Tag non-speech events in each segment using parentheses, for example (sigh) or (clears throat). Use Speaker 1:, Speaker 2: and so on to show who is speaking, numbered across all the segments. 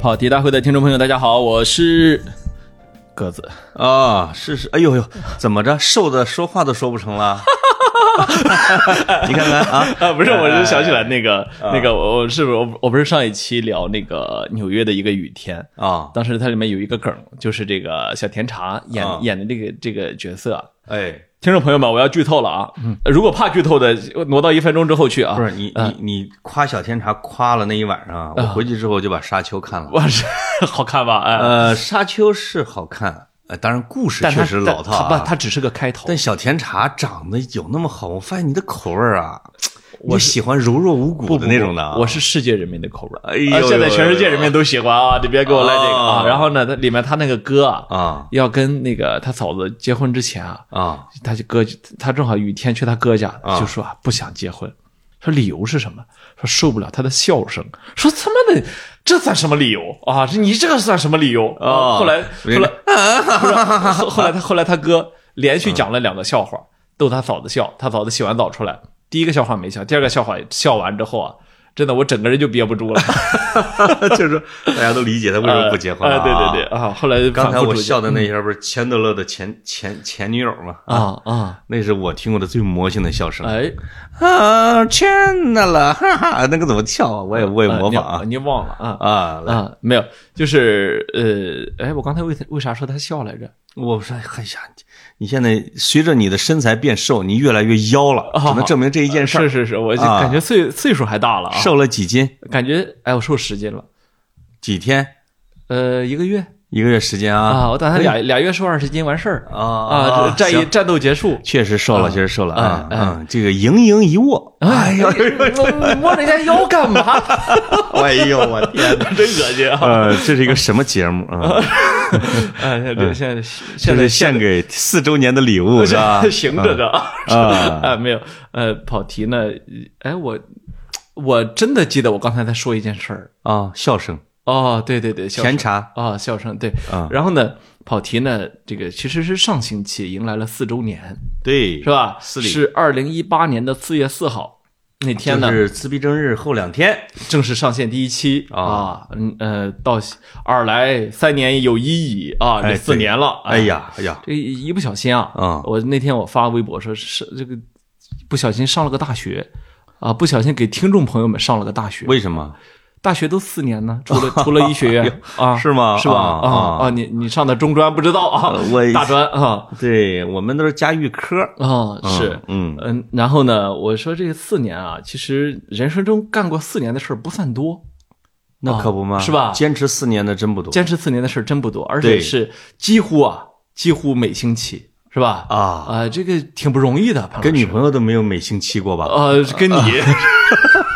Speaker 1: 跑题大会的听众朋友，大家好，我是
Speaker 2: 鸽子，
Speaker 3: 啊，是是，哎呦呦，
Speaker 1: (laughs)
Speaker 3: 怎么着，瘦的说话都说不成了？ (laughs) 你看看啊，
Speaker 1: 啊，不是，我就想起来那个那个，我我是不是我我不是上一期聊那个纽约的一个雨天
Speaker 3: 啊，
Speaker 1: 当时它里面有一个梗，就是这个小甜茶演、
Speaker 3: 啊
Speaker 1: 演的这个这个角色啊。
Speaker 3: 哎，
Speaker 1: 听众朋友们，我要剧透了啊！如果怕剧透的，挪到一分钟之后去啊。
Speaker 3: 嗯
Speaker 1: (laughs)
Speaker 3: 不是你你你夸小天茶夸了那一晚上，我回去之后就把《沙丘》看了。
Speaker 1: 我是好看吧？哎，
Speaker 3: 呃，《沙丘》是好看，呃，当然故事
Speaker 1: 但它
Speaker 3: 确实老套
Speaker 1: 但它
Speaker 3: 啊
Speaker 1: 不，。它只是个开头。
Speaker 3: 但小甜茶长得有那么好，我发现你的口味儿啊，我喜欢柔弱无骨
Speaker 1: 不
Speaker 3: 的那种的啊。
Speaker 1: 不不我是世界人民的口味儿。
Speaker 3: 哎呦
Speaker 1: 啊现在
Speaker 3: 呦
Speaker 1: 全世界
Speaker 3: 呦
Speaker 1: 人民都喜欢啊！你别给我来这个啊！
Speaker 3: 啊
Speaker 1: 然后呢，它里面他那个哥啊，
Speaker 3: 啊
Speaker 1: 要跟那个他嫂子结婚之前啊，
Speaker 3: 啊 (laughs)
Speaker 1: 他就哥，他正好雨天去他哥家，
Speaker 3: 啊
Speaker 1: 就说啊不想结婚，说理由是什么？说受不了他的笑声，说他妈的这算什么理由啊？这你这个算什么理由
Speaker 3: 啊
Speaker 1: 后来后
Speaker 3: 人
Speaker 1: 来不是后后来 (laughs) 他后来他哥连续讲了两个笑话，逗他嫂子笑，他嫂子洗完澡出来，第一个笑话没笑，第二个笑话笑完之后啊。真的，我整个人就憋不住
Speaker 3: (laughs)
Speaker 1: 了。
Speaker 3: 就是说大家都理解他为什么不结婚
Speaker 1: 啊
Speaker 3: 了
Speaker 1: 啊对对对啊！后来就
Speaker 3: 刚才
Speaker 1: 反复
Speaker 3: 我
Speaker 1: 出去
Speaker 3: 笑的那下不是钱德勒的前前前女友吗？
Speaker 1: 啊啊！
Speaker 3: 那是我听过的最魔性的笑声。
Speaker 1: 哎，
Speaker 3: 啊，天哪了，哈哈，那个怎么跳啊？ (laughs) 我也我也模仿
Speaker 1: 啊
Speaker 3: 啊
Speaker 1: 你你忘了啊？
Speaker 3: 啊！来，
Speaker 1: 啊，没有，就是呃，哎，我刚才为他为啥说他笑来着？
Speaker 3: 我说，哎呀，你现在随着你的身材变瘦，你越来越妖了，只能证明这一件事
Speaker 1: 是
Speaker 3: 儿。
Speaker 1: 是是，我就
Speaker 3: 啊
Speaker 1: 感觉岁、岁数还大了啊，
Speaker 3: 瘦了几斤？
Speaker 1: 感觉哎，我瘦十斤了，
Speaker 3: 几天？
Speaker 1: 呃，一个月
Speaker 3: 一个月时间啊？
Speaker 1: 啊，我打算俩俩月瘦二十斤完事儿
Speaker 3: 啊
Speaker 1: 啊，这战役
Speaker 3: 行
Speaker 1: 战斗结束。
Speaker 3: 确实瘦了，
Speaker 1: 啊
Speaker 3: 确实瘦了啊！
Speaker 1: 哎哎
Speaker 3: 嗯，这个盈盈一握，哎呦，
Speaker 1: 你摸人家腰干嘛？
Speaker 3: (laughs) 哎呦，我天哪！
Speaker 1: 真恶心啊！
Speaker 3: (laughs) 呃，这是一个什么节目 (laughs) 啊？
Speaker 1: 哎，这现在现
Speaker 3: 这
Speaker 1: 在
Speaker 3: 是献给四周年的礼物
Speaker 1: (laughs)
Speaker 3: 嗯是吧？嗯
Speaker 1: 行着呢啊 (laughs)
Speaker 3: 啊
Speaker 1: 啊，没有呃，跑题呢。哎，我我真的记得我刚才在说一件事儿
Speaker 3: 啊，笑声，
Speaker 1: 哦，对对对，笑
Speaker 3: 甜
Speaker 1: 声
Speaker 3: 茶
Speaker 1: 啊、笑声对
Speaker 3: 啊
Speaker 1: 然后呢，跑题呢，这个其实是上星期迎来了四周年，
Speaker 3: 对，
Speaker 1: 是吧？
Speaker 3: 四里
Speaker 1: 是二零一八年的四月四号那天呢，
Speaker 3: 就是自闭症日后两天，
Speaker 1: 正式上线第一期啊
Speaker 3: 啊，
Speaker 1: 嗯呃，到二来三年有意义啊，
Speaker 3: 哎
Speaker 1: 这四
Speaker 3: 对
Speaker 1: 年了，
Speaker 3: 哎，呀哎呀，
Speaker 1: 这一不小心啊，
Speaker 3: 啊
Speaker 1: 我那天我发微博说是这个不小心上了个大学。啊，不小心给听众朋友们上了个大学，
Speaker 3: 为什么？
Speaker 1: 大学都四年呢，除
Speaker 3: (laughs)
Speaker 1: 了除了医学院啊，
Speaker 3: 哎是吗
Speaker 1: 是吧？
Speaker 3: 啊
Speaker 1: 啊
Speaker 3: 啊
Speaker 1: 啊，你你上的中专不知道啊
Speaker 3: 呃，我
Speaker 1: 大专啊
Speaker 3: 对我们都是家育科，
Speaker 1: 啊是。
Speaker 3: 嗯，
Speaker 1: 嗯，然后呢？我说这四年啊，其实人生中干过四年的事儿不算多，
Speaker 3: 那可不嘛，
Speaker 1: 哦是吧
Speaker 3: 坚持四年的真不多
Speaker 1: 坚持四年的事儿真不多，而且
Speaker 3: 对
Speaker 1: 是几乎啊，几乎每星期，是吧？
Speaker 3: 啊，
Speaker 1: 啊，这个挺不容易的，潘老
Speaker 3: 跟女
Speaker 1: 师。
Speaker 3: 朋友都没有每星期过吧？
Speaker 1: 呃，跟
Speaker 3: (laughs)
Speaker 1: 你 (laughs)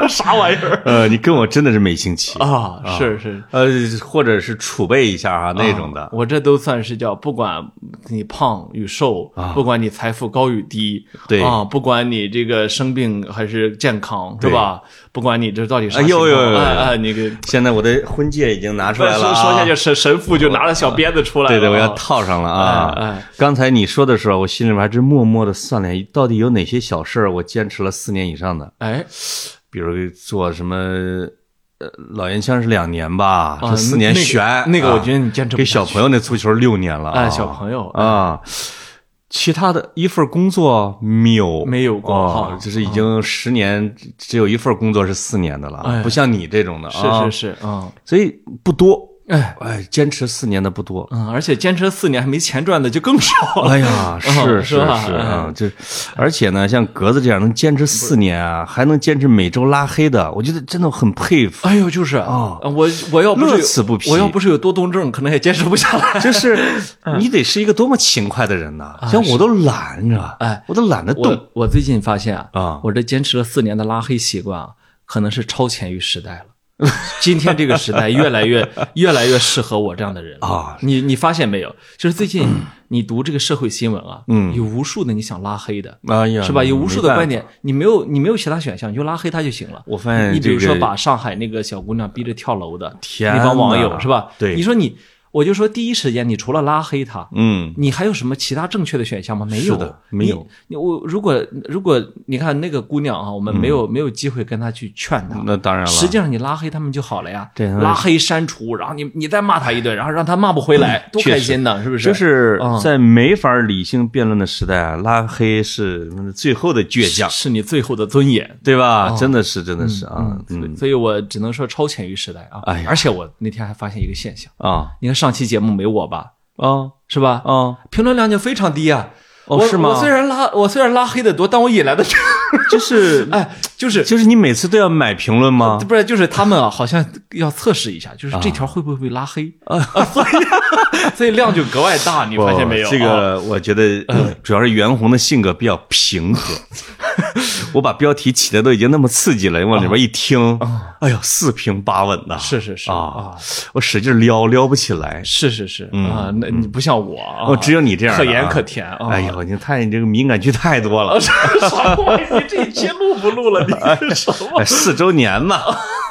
Speaker 1: 啥玩意儿
Speaker 3: 呃，你跟我真的是每星期，
Speaker 1: 啊？是是，
Speaker 3: 呃，或者是储备一下啊那种
Speaker 1: 啊
Speaker 3: 的，
Speaker 1: 我这都算是叫不管你胖与瘦，不管你财富高与低，
Speaker 3: 啊对
Speaker 1: 啊，不管你这个生病还是健康，对吧？不管你这到底啥
Speaker 3: 哎
Speaker 1: 情
Speaker 3: 呦
Speaker 1: 况，
Speaker 3: 呦呦呦
Speaker 1: 哎哎，那个
Speaker 3: 现在我的婚戒已经拿出
Speaker 1: 说
Speaker 3: 来了
Speaker 1: 说
Speaker 3: 啊，
Speaker 1: 说下去，神神父就拿着小鞭子出来了
Speaker 3: 对
Speaker 1: 啊，
Speaker 3: 对，我要套上了啊！
Speaker 1: 哎哎
Speaker 3: 刚才你说的时候，我心里面还真默默的算了，一到底有哪些小事儿我坚持了四年以上的，
Speaker 1: 哎，
Speaker 3: 比如做什么，呃，老烟枪是两年吧，
Speaker 1: 啊
Speaker 3: 这四年
Speaker 1: 那个
Speaker 3: 悬、
Speaker 1: 那个我
Speaker 3: 啊
Speaker 1: 觉得你坚持不
Speaker 3: 给
Speaker 1: 下
Speaker 3: 小朋友那足球六年了啊，
Speaker 1: 哎，小朋友，
Speaker 3: 啊。其他的一份工作没有，
Speaker 1: 没有过哈嗯
Speaker 3: 哦，就是已经十年，只有一份工作是四年的了，
Speaker 1: 哎
Speaker 3: 不像你这种的啊，
Speaker 1: 是是是，嗯，
Speaker 3: 所以不多，
Speaker 1: 哎
Speaker 3: 哎，坚持四年的不多，
Speaker 1: 嗯，而且坚持了四年还没钱赚的就更少了，
Speaker 3: (laughs) 哎呀，是
Speaker 1: 是
Speaker 3: 是
Speaker 1: 吧
Speaker 3: 是
Speaker 1: 哎
Speaker 3: 啊，这而且呢，像格子这样能坚持四年啊，还能坚持每周拉黑的，我觉得真的很佩 (laughs) 服。
Speaker 1: 哎呦，就是啊，我我要不是有
Speaker 3: 乐此不疲
Speaker 1: 我要不是有多动症，可能也坚持不下来。
Speaker 3: 就是你得是一个多么勤快的人呐！像我都懒，你知道吧？
Speaker 1: 哎，
Speaker 3: 我都懒得动。
Speaker 1: 我我最近发现
Speaker 3: 啊
Speaker 1: 我这坚持了四年的拉黑习惯啊，可能是超前于时代了。今天这个时代越来
Speaker 3: (laughs)
Speaker 1: 越越来越适合我这样的人了
Speaker 3: 啊！
Speaker 1: 你你发现没有？就是最
Speaker 3: (clears throat)
Speaker 1: 近你读这个社会新闻啊，
Speaker 3: 嗯
Speaker 1: 有无数的你想拉黑的，
Speaker 3: 哎呀，
Speaker 1: 是吧？有无数的观
Speaker 3: 没办法。
Speaker 1: 点，你没有你没有其他选项，你就拉黑他就行了。
Speaker 3: 我发现
Speaker 1: 你比如
Speaker 3: 这
Speaker 1: 说
Speaker 3: 个
Speaker 1: 把上海那个小姑娘逼着跳楼的
Speaker 3: 天
Speaker 1: 那帮网友
Speaker 3: 哪
Speaker 1: 是吧？
Speaker 3: 对
Speaker 1: 你说你我就说，第一时间你除了拉黑他，
Speaker 3: 嗯，
Speaker 1: 你还有什么其他正确的选项吗？没有，
Speaker 3: 是的没有嗯
Speaker 1: 你。你我如果如果你看那个姑娘啊，我们没有、没有机会跟她去劝她。
Speaker 3: 那当然了，
Speaker 1: 实际上你拉黑他们就好了呀，
Speaker 3: 对他们
Speaker 1: 拉黑删除，然后你你再骂他一顿，然后让他骂不回来，多
Speaker 3: 嗯确
Speaker 1: 开
Speaker 3: 实
Speaker 1: 心呢，是不是？
Speaker 3: 就是
Speaker 1: 嗯
Speaker 3: 在没法理性辩论的时代啊，拉黑是最后的倔强，
Speaker 1: 是你最后的尊严。
Speaker 3: 对吧？真的是，真的是啊，
Speaker 1: 对
Speaker 3: 哦嗯
Speaker 1: 所以我只能说超前于时代啊！
Speaker 3: 哎呀
Speaker 1: 而且我那天还发现一个现象，
Speaker 3: 啊
Speaker 1: 你看上期节目没我吧，
Speaker 3: 啊
Speaker 1: 是吧？
Speaker 3: 啊！
Speaker 1: 评论量就非常低啊。
Speaker 3: 哦
Speaker 1: 我
Speaker 3: 是吗
Speaker 1: 我虽然拉我虽然拉黑的多，但我引来的 (laughs)
Speaker 3: 就是 (laughs)
Speaker 1: 哎，就是
Speaker 3: 就是你每次都要买评论吗？
Speaker 1: 不是就是他们啊，好像要测试一下，就是这条会不会被拉黑啊？ (laughs) 所以所以量就格外大，你发现没有？
Speaker 3: 这
Speaker 1: 啊
Speaker 3: 个我
Speaker 1: (laughs)
Speaker 3: 觉得主要是袁弘的性格比较平和。 (laughs) 我把标题起的都已经那么刺激了，往里边一听，哎呦，四平八稳呐！
Speaker 1: 哦是是哦是
Speaker 3: 啊，我使劲撩撩不起来，
Speaker 1: 是是是啊，那你不像我啊，
Speaker 3: 哦，嗯只有你这样的
Speaker 1: 可
Speaker 3: 啊，
Speaker 1: 盐可甜啊！
Speaker 3: 哎呦，你太你这个敏感区太多了
Speaker 1: (laughs) 啊，。 (laughs) 什么玩意儿？你这一期录不录
Speaker 3: (laughs)
Speaker 1: 了？你是什么？
Speaker 3: 哎四周年
Speaker 1: (laughs)
Speaker 3: 嘛，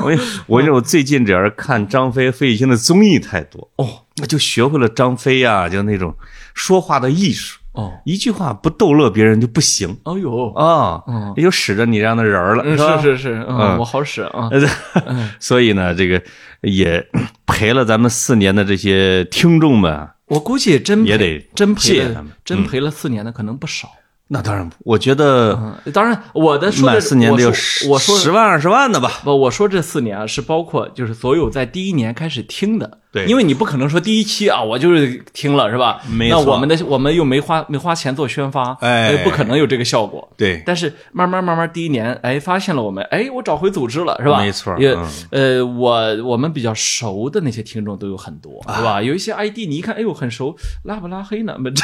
Speaker 3: 我我我最近主要是看张飞、费玉清的综艺太多
Speaker 1: 哦，
Speaker 3: 我就学会了张飞啊，就那种说话的艺术，
Speaker 1: 哦，
Speaker 3: 一句话不逗乐别人就不行。
Speaker 1: 哎呦，
Speaker 3: 啊，
Speaker 1: 嗯
Speaker 3: 也就使着你这样的人儿了，
Speaker 1: 嗯，
Speaker 3: 吧？
Speaker 1: 是是是，嗯，
Speaker 3: 嗯
Speaker 1: 我好使啊，
Speaker 3: (laughs) 呃，所以呢，这个也陪了咱们四年的这些听众们啊。
Speaker 1: 我估计真
Speaker 3: 也
Speaker 1: 赔
Speaker 3: 得
Speaker 1: 真赔
Speaker 3: 谢谢
Speaker 1: 了
Speaker 3: 他们嗯
Speaker 1: 真赔了四年的可能不少。
Speaker 3: 那当然，我觉得
Speaker 1: 嗯，当然我的说的
Speaker 3: 满四年得有
Speaker 1: 我
Speaker 3: 十
Speaker 1: 说我说
Speaker 3: 十万二十万的吧？
Speaker 1: 不，我说这四年啊，是包括就是所有在第一年开始听的，
Speaker 3: 对
Speaker 1: 因为你不可能说第一期啊，我就是听了是吧？
Speaker 3: 没
Speaker 1: 那
Speaker 3: 错
Speaker 1: 我们的我们又没花没花钱做宣发，
Speaker 3: 哎
Speaker 1: 呃不可能有这个效果。
Speaker 3: 对，
Speaker 1: 但是慢慢慢慢，第一年，哎，发现了我们，哎，我找回组织了，是吧？
Speaker 3: 没错
Speaker 1: 也、
Speaker 3: 嗯
Speaker 1: 呃，我我们比较熟的那些听众都有很多，
Speaker 3: 啊
Speaker 1: 是吧？有一些 ID 你一看，哎呦，很熟，拉不拉黑呢？ (laughs) 不这，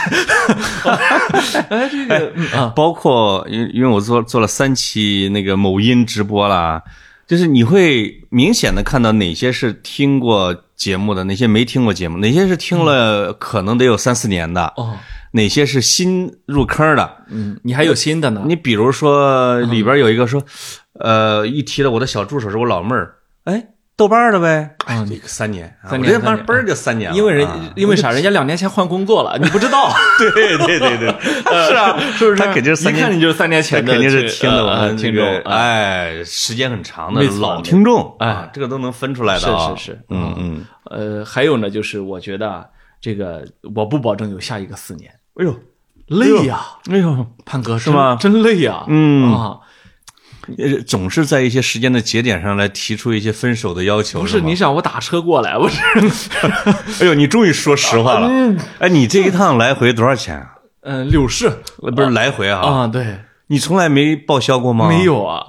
Speaker 1: 哎，这个、嗯啊，
Speaker 3: 包括因因为我做做了三期那个某音直播啦，就是你会明显的看到哪些是听过节目的，哪些没听过节目，哪些是听了可能得有三四年的，
Speaker 1: 嗯哦，
Speaker 3: 哪些是新入坑的。
Speaker 1: 嗯，你还有新的呢？
Speaker 3: 你比如说里边有一个说，呃，一提到我的小助手是我老妹儿，哎，豆瓣儿的呗，哎，这个三年，啊
Speaker 1: 三年
Speaker 3: 我
Speaker 1: 三
Speaker 3: 这班
Speaker 1: 年
Speaker 3: 嘣儿就三年了，
Speaker 1: 因为人、 (laughs)
Speaker 3: 啊
Speaker 1: 因为啥？人家两年前换工作了，你不知道，
Speaker 3: 对对对对， (laughs) 是啊，
Speaker 1: (laughs) 是不是？
Speaker 3: 他肯定是三
Speaker 1: 一看
Speaker 3: 年，
Speaker 1: 你就是三年
Speaker 3: 他
Speaker 1: 前的，
Speaker 3: 肯定是听的
Speaker 1: 的
Speaker 3: 我们这
Speaker 1: 听众
Speaker 3: 个，
Speaker 1: 啊
Speaker 3: 哎，时间很长的
Speaker 1: 没错
Speaker 3: 老听众，
Speaker 1: 哎
Speaker 3: 啊，这个都能分出来的啊，
Speaker 1: 是是是
Speaker 3: 嗯嗯，
Speaker 1: 呃，还有呢，就是我觉得啊这个我不保证有下一个四年，
Speaker 3: 哎呦
Speaker 1: 累呀，
Speaker 3: 哎呦，
Speaker 1: 潘哥
Speaker 3: 是吗
Speaker 1: 真真累呀，
Speaker 3: 嗯
Speaker 1: 啊，
Speaker 3: 呃总是在一些时间的节点上来提出一些分手的要求，
Speaker 1: 不是
Speaker 3: 吗
Speaker 1: 你想我打车过来，我是 (laughs)
Speaker 3: 哎呦，你终于说实话了。哎，你这一趟来回多少钱啊？
Speaker 1: 嗯柳氏
Speaker 3: 不是来回啊，
Speaker 1: 啊，对，
Speaker 3: 你从来没报销过吗？
Speaker 1: 没，有啊，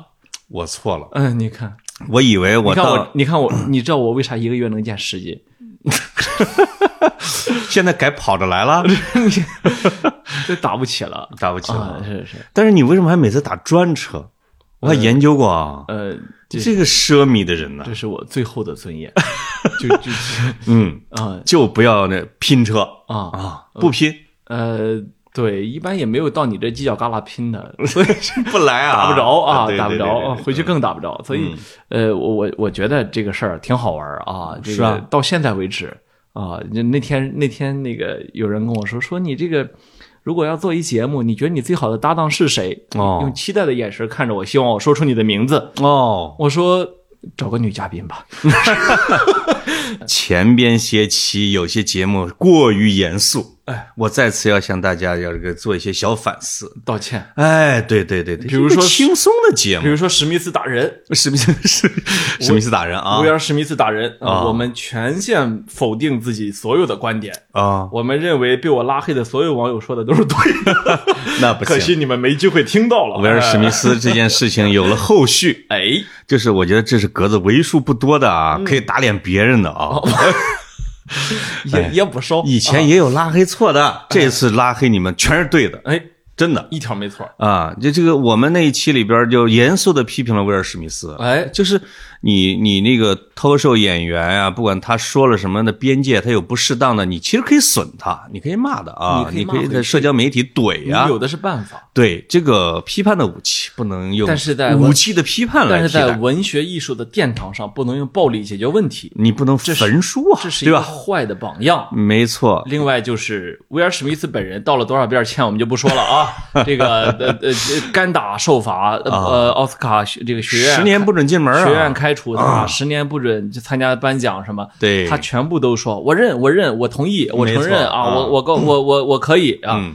Speaker 3: 我错了，
Speaker 1: 嗯，你看，
Speaker 3: 我以为
Speaker 1: 你
Speaker 3: 我
Speaker 1: 看 (laughs)
Speaker 3: 到
Speaker 1: 我，你看我，你知道我为啥一个月能减十斤？ (laughs)
Speaker 3: 现在改跑着来了，
Speaker 1: 这打不起了
Speaker 3: 打不起
Speaker 1: 啊，
Speaker 3: 了。
Speaker 1: 是是，
Speaker 3: 但是你为什么还每次打专车？我还研究过啊，
Speaker 1: 呃，这
Speaker 3: 这个奢靡的人呢
Speaker 1: 这，是我最后的尊
Speaker 3: (laughs)
Speaker 1: 严，就就就
Speaker 3: 嗯，
Speaker 1: 啊
Speaker 3: 就不要那拼车
Speaker 1: 啊。
Speaker 3: 啊，不拼
Speaker 1: 呃，对，一般也没有到你这犄角旮旯拼的，所以
Speaker 3: (laughs) 不来啊，
Speaker 1: 打不着啊，
Speaker 3: 对
Speaker 1: 打不着，啊，。
Speaker 3: 对对对对嗯
Speaker 1: 回去更打不着。所以，呃，我我我觉得这个事儿挺好玩儿啊，这
Speaker 3: 是
Speaker 1: 个
Speaker 3: 啊
Speaker 1: 到现在为止啊，那那天那天那个有人跟我说，说你这个如果要做一节目，你觉得你最好的搭档是谁？
Speaker 3: 哦
Speaker 1: 用期待的眼神看着我，希望我说出你的名字。
Speaker 3: 哦，
Speaker 1: 我说找个女嘉宾吧。
Speaker 3: 前边些期有些节目过于严肃，
Speaker 1: 哎，
Speaker 3: 我再次要向大家要这个做一些小反思。
Speaker 1: 道歉，
Speaker 3: 哎，对对对对，
Speaker 1: 比如
Speaker 3: 是一个
Speaker 1: 说
Speaker 3: 轻松的节
Speaker 1: 比
Speaker 3: 目，
Speaker 1: 如说史密斯打人，
Speaker 3: (laughs) 史密斯史史密斯打人啊
Speaker 1: 威尔史密斯打人
Speaker 3: 啊
Speaker 1: 我们全线否定自己所有的观点。
Speaker 3: 啊，
Speaker 1: 我们认为被我拉黑的所有网友说的都是对的， (laughs)
Speaker 3: 那不
Speaker 1: 可
Speaker 3: 行。
Speaker 1: 惜你们没机会听到了。
Speaker 3: 威尔史密斯这件事情有了后续， (laughs)
Speaker 1: 哎，哎，
Speaker 3: 就是我觉得这是格子为数不多的
Speaker 1: 嗯
Speaker 3: 啊，可以打脸别人的
Speaker 1: 哦
Speaker 3: 啊。
Speaker 1: 也也不收。哎
Speaker 3: 以前也有拉黑错的，这次拉黑你们全是对的。
Speaker 1: 哎，
Speaker 3: 真的
Speaker 1: 一条没错。
Speaker 3: 啊，就这个我们那一期里边就严肃的批评了威尔史密斯，
Speaker 1: 哎，
Speaker 3: 就是你你那个脱口秀演员啊，不管他说了什么的边界，他有不适当的，你其实可以损他，你可以骂的啊，
Speaker 1: 你
Speaker 3: 你
Speaker 1: 可以骂
Speaker 3: 可以在社交媒体怼
Speaker 1: 你
Speaker 3: 啊，
Speaker 1: 有的是办法，
Speaker 3: 对这个批判的武器不能用，
Speaker 1: 但是在
Speaker 3: 武器的批判来
Speaker 1: 但是
Speaker 3: 替代，
Speaker 1: 在文学艺术的殿堂上，不能用暴力解决问题，
Speaker 3: 你不能焚书啊
Speaker 1: 这，是一
Speaker 3: 对
Speaker 1: 个
Speaker 3: 吧？
Speaker 1: 坏的榜样。
Speaker 3: 没错，
Speaker 1: 另外就是威尔史密斯本人道了多少遍歉，我们就不说了 (laughs) 啊。这个呃呃，干打受罚，呃呃，奥斯卡学这个学院
Speaker 3: 十年不准进门啊，
Speaker 1: 学院开除他，十年不准就参加颁奖什么，
Speaker 3: 对
Speaker 1: 他全部都说我认，我认，我同意，我承
Speaker 3: 嗯没
Speaker 1: 认
Speaker 3: 错
Speaker 1: 啊，
Speaker 3: 啊
Speaker 1: 我我够我我我可以啊。
Speaker 3: 嗯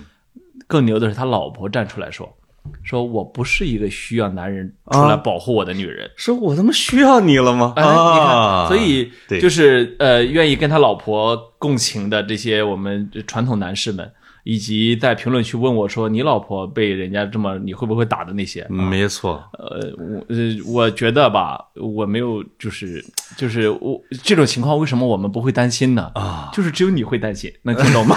Speaker 1: 更牛的是他老婆站出来说，说我不是一个需要男人出来
Speaker 3: 啊
Speaker 1: 保护我的女人。
Speaker 3: 说我他妈需要你了吗？
Speaker 1: 哎，你看，
Speaker 3: 啊，
Speaker 1: 所以
Speaker 3: 对
Speaker 1: 就是呃，愿意跟他老婆共情的这些我们传统男士们，以及在评论区问我说你老婆被人家这么你会不会打的那些，
Speaker 3: 没错，
Speaker 1: 呃，我呃，我觉得吧，我没有，就是就是我这种情况，为什么我们不会担心呢？
Speaker 3: 啊，
Speaker 1: 就是只有你会担心，能听懂吗？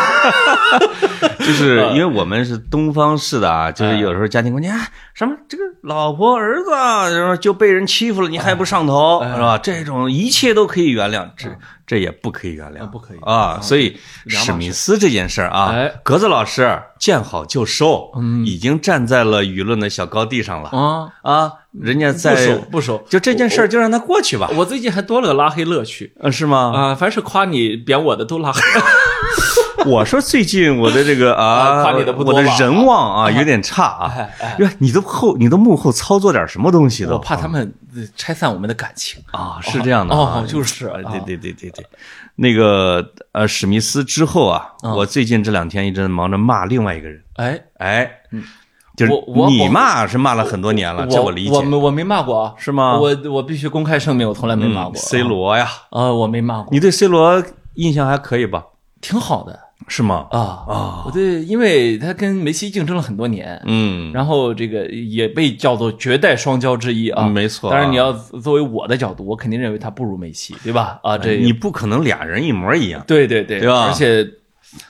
Speaker 3: 就是
Speaker 1: 嗯
Speaker 3: 因为我们是东方式的啊，就是有时候家庭观念、啊、什么这个老婆儿子啊，然后就被人欺负了，你还不上头、
Speaker 1: 嗯
Speaker 3: 是吧？这种一切都可以原谅，这、这也不可以原谅，
Speaker 1: 嗯不可以
Speaker 3: 啊！所以史密斯这件事儿啊，
Speaker 1: 哎
Speaker 3: 格子老师见好就收，
Speaker 1: 嗯
Speaker 3: 已经站在了舆论的小高地上了、
Speaker 1: (laughs) 啊，
Speaker 3: 啊！人家
Speaker 1: 不熟
Speaker 3: 在
Speaker 1: 不熟。
Speaker 3: 就这件事儿就让他过去吧，
Speaker 1: 我最近还多了个拉黑乐趣
Speaker 3: 呃，是吗？
Speaker 1: 啊、凡是夸你贬我的都 (laughs) 拉黑。
Speaker 3: 我说最近我的这
Speaker 1: (laughs)
Speaker 3: 个啊，
Speaker 1: 夸你的不多吧
Speaker 3: 我的人
Speaker 1: (laughs)
Speaker 3: 望啊有点差啊
Speaker 1: 哎哎。
Speaker 3: 因为你都后，你都幕后操作点什么东西的？
Speaker 1: 我怕他们呃拆散我们的感情。
Speaker 3: 啊，是这样的啊
Speaker 1: 哦，就是
Speaker 3: 啊，
Speaker 1: 啊
Speaker 3: 对对对对对，那个呃，史密斯之后啊，
Speaker 1: 嗯
Speaker 3: 我最近这两天一直忙着骂另外一个人，
Speaker 1: 哎，
Speaker 3: 哎，就是
Speaker 1: 我我
Speaker 3: 你骂是骂了很多年了，这
Speaker 1: 啊我
Speaker 3: 理
Speaker 1: 我
Speaker 3: 解。
Speaker 1: 没我没骂过啊，
Speaker 3: 是吗
Speaker 1: 我我必须公开声明，我从来没骂过。
Speaker 3: 嗯 C 罗呀，
Speaker 1: 啊，我没骂过，
Speaker 3: 你对 C 罗印象还可以吧？
Speaker 1: 挺好的
Speaker 3: 是吗？
Speaker 1: 啊
Speaker 3: 啊
Speaker 1: 我对，因为他跟梅西竞争了很多年，
Speaker 3: 嗯，
Speaker 1: 然后这个也被叫做绝代双骄之一啊。
Speaker 3: 嗯没错啊
Speaker 1: 当然，你要作为我的角度，我肯定认为他不如梅西，对吧？啊，这
Speaker 3: 你不可能俩人一模一样。
Speaker 1: 对对对，
Speaker 3: 对吧
Speaker 1: 而且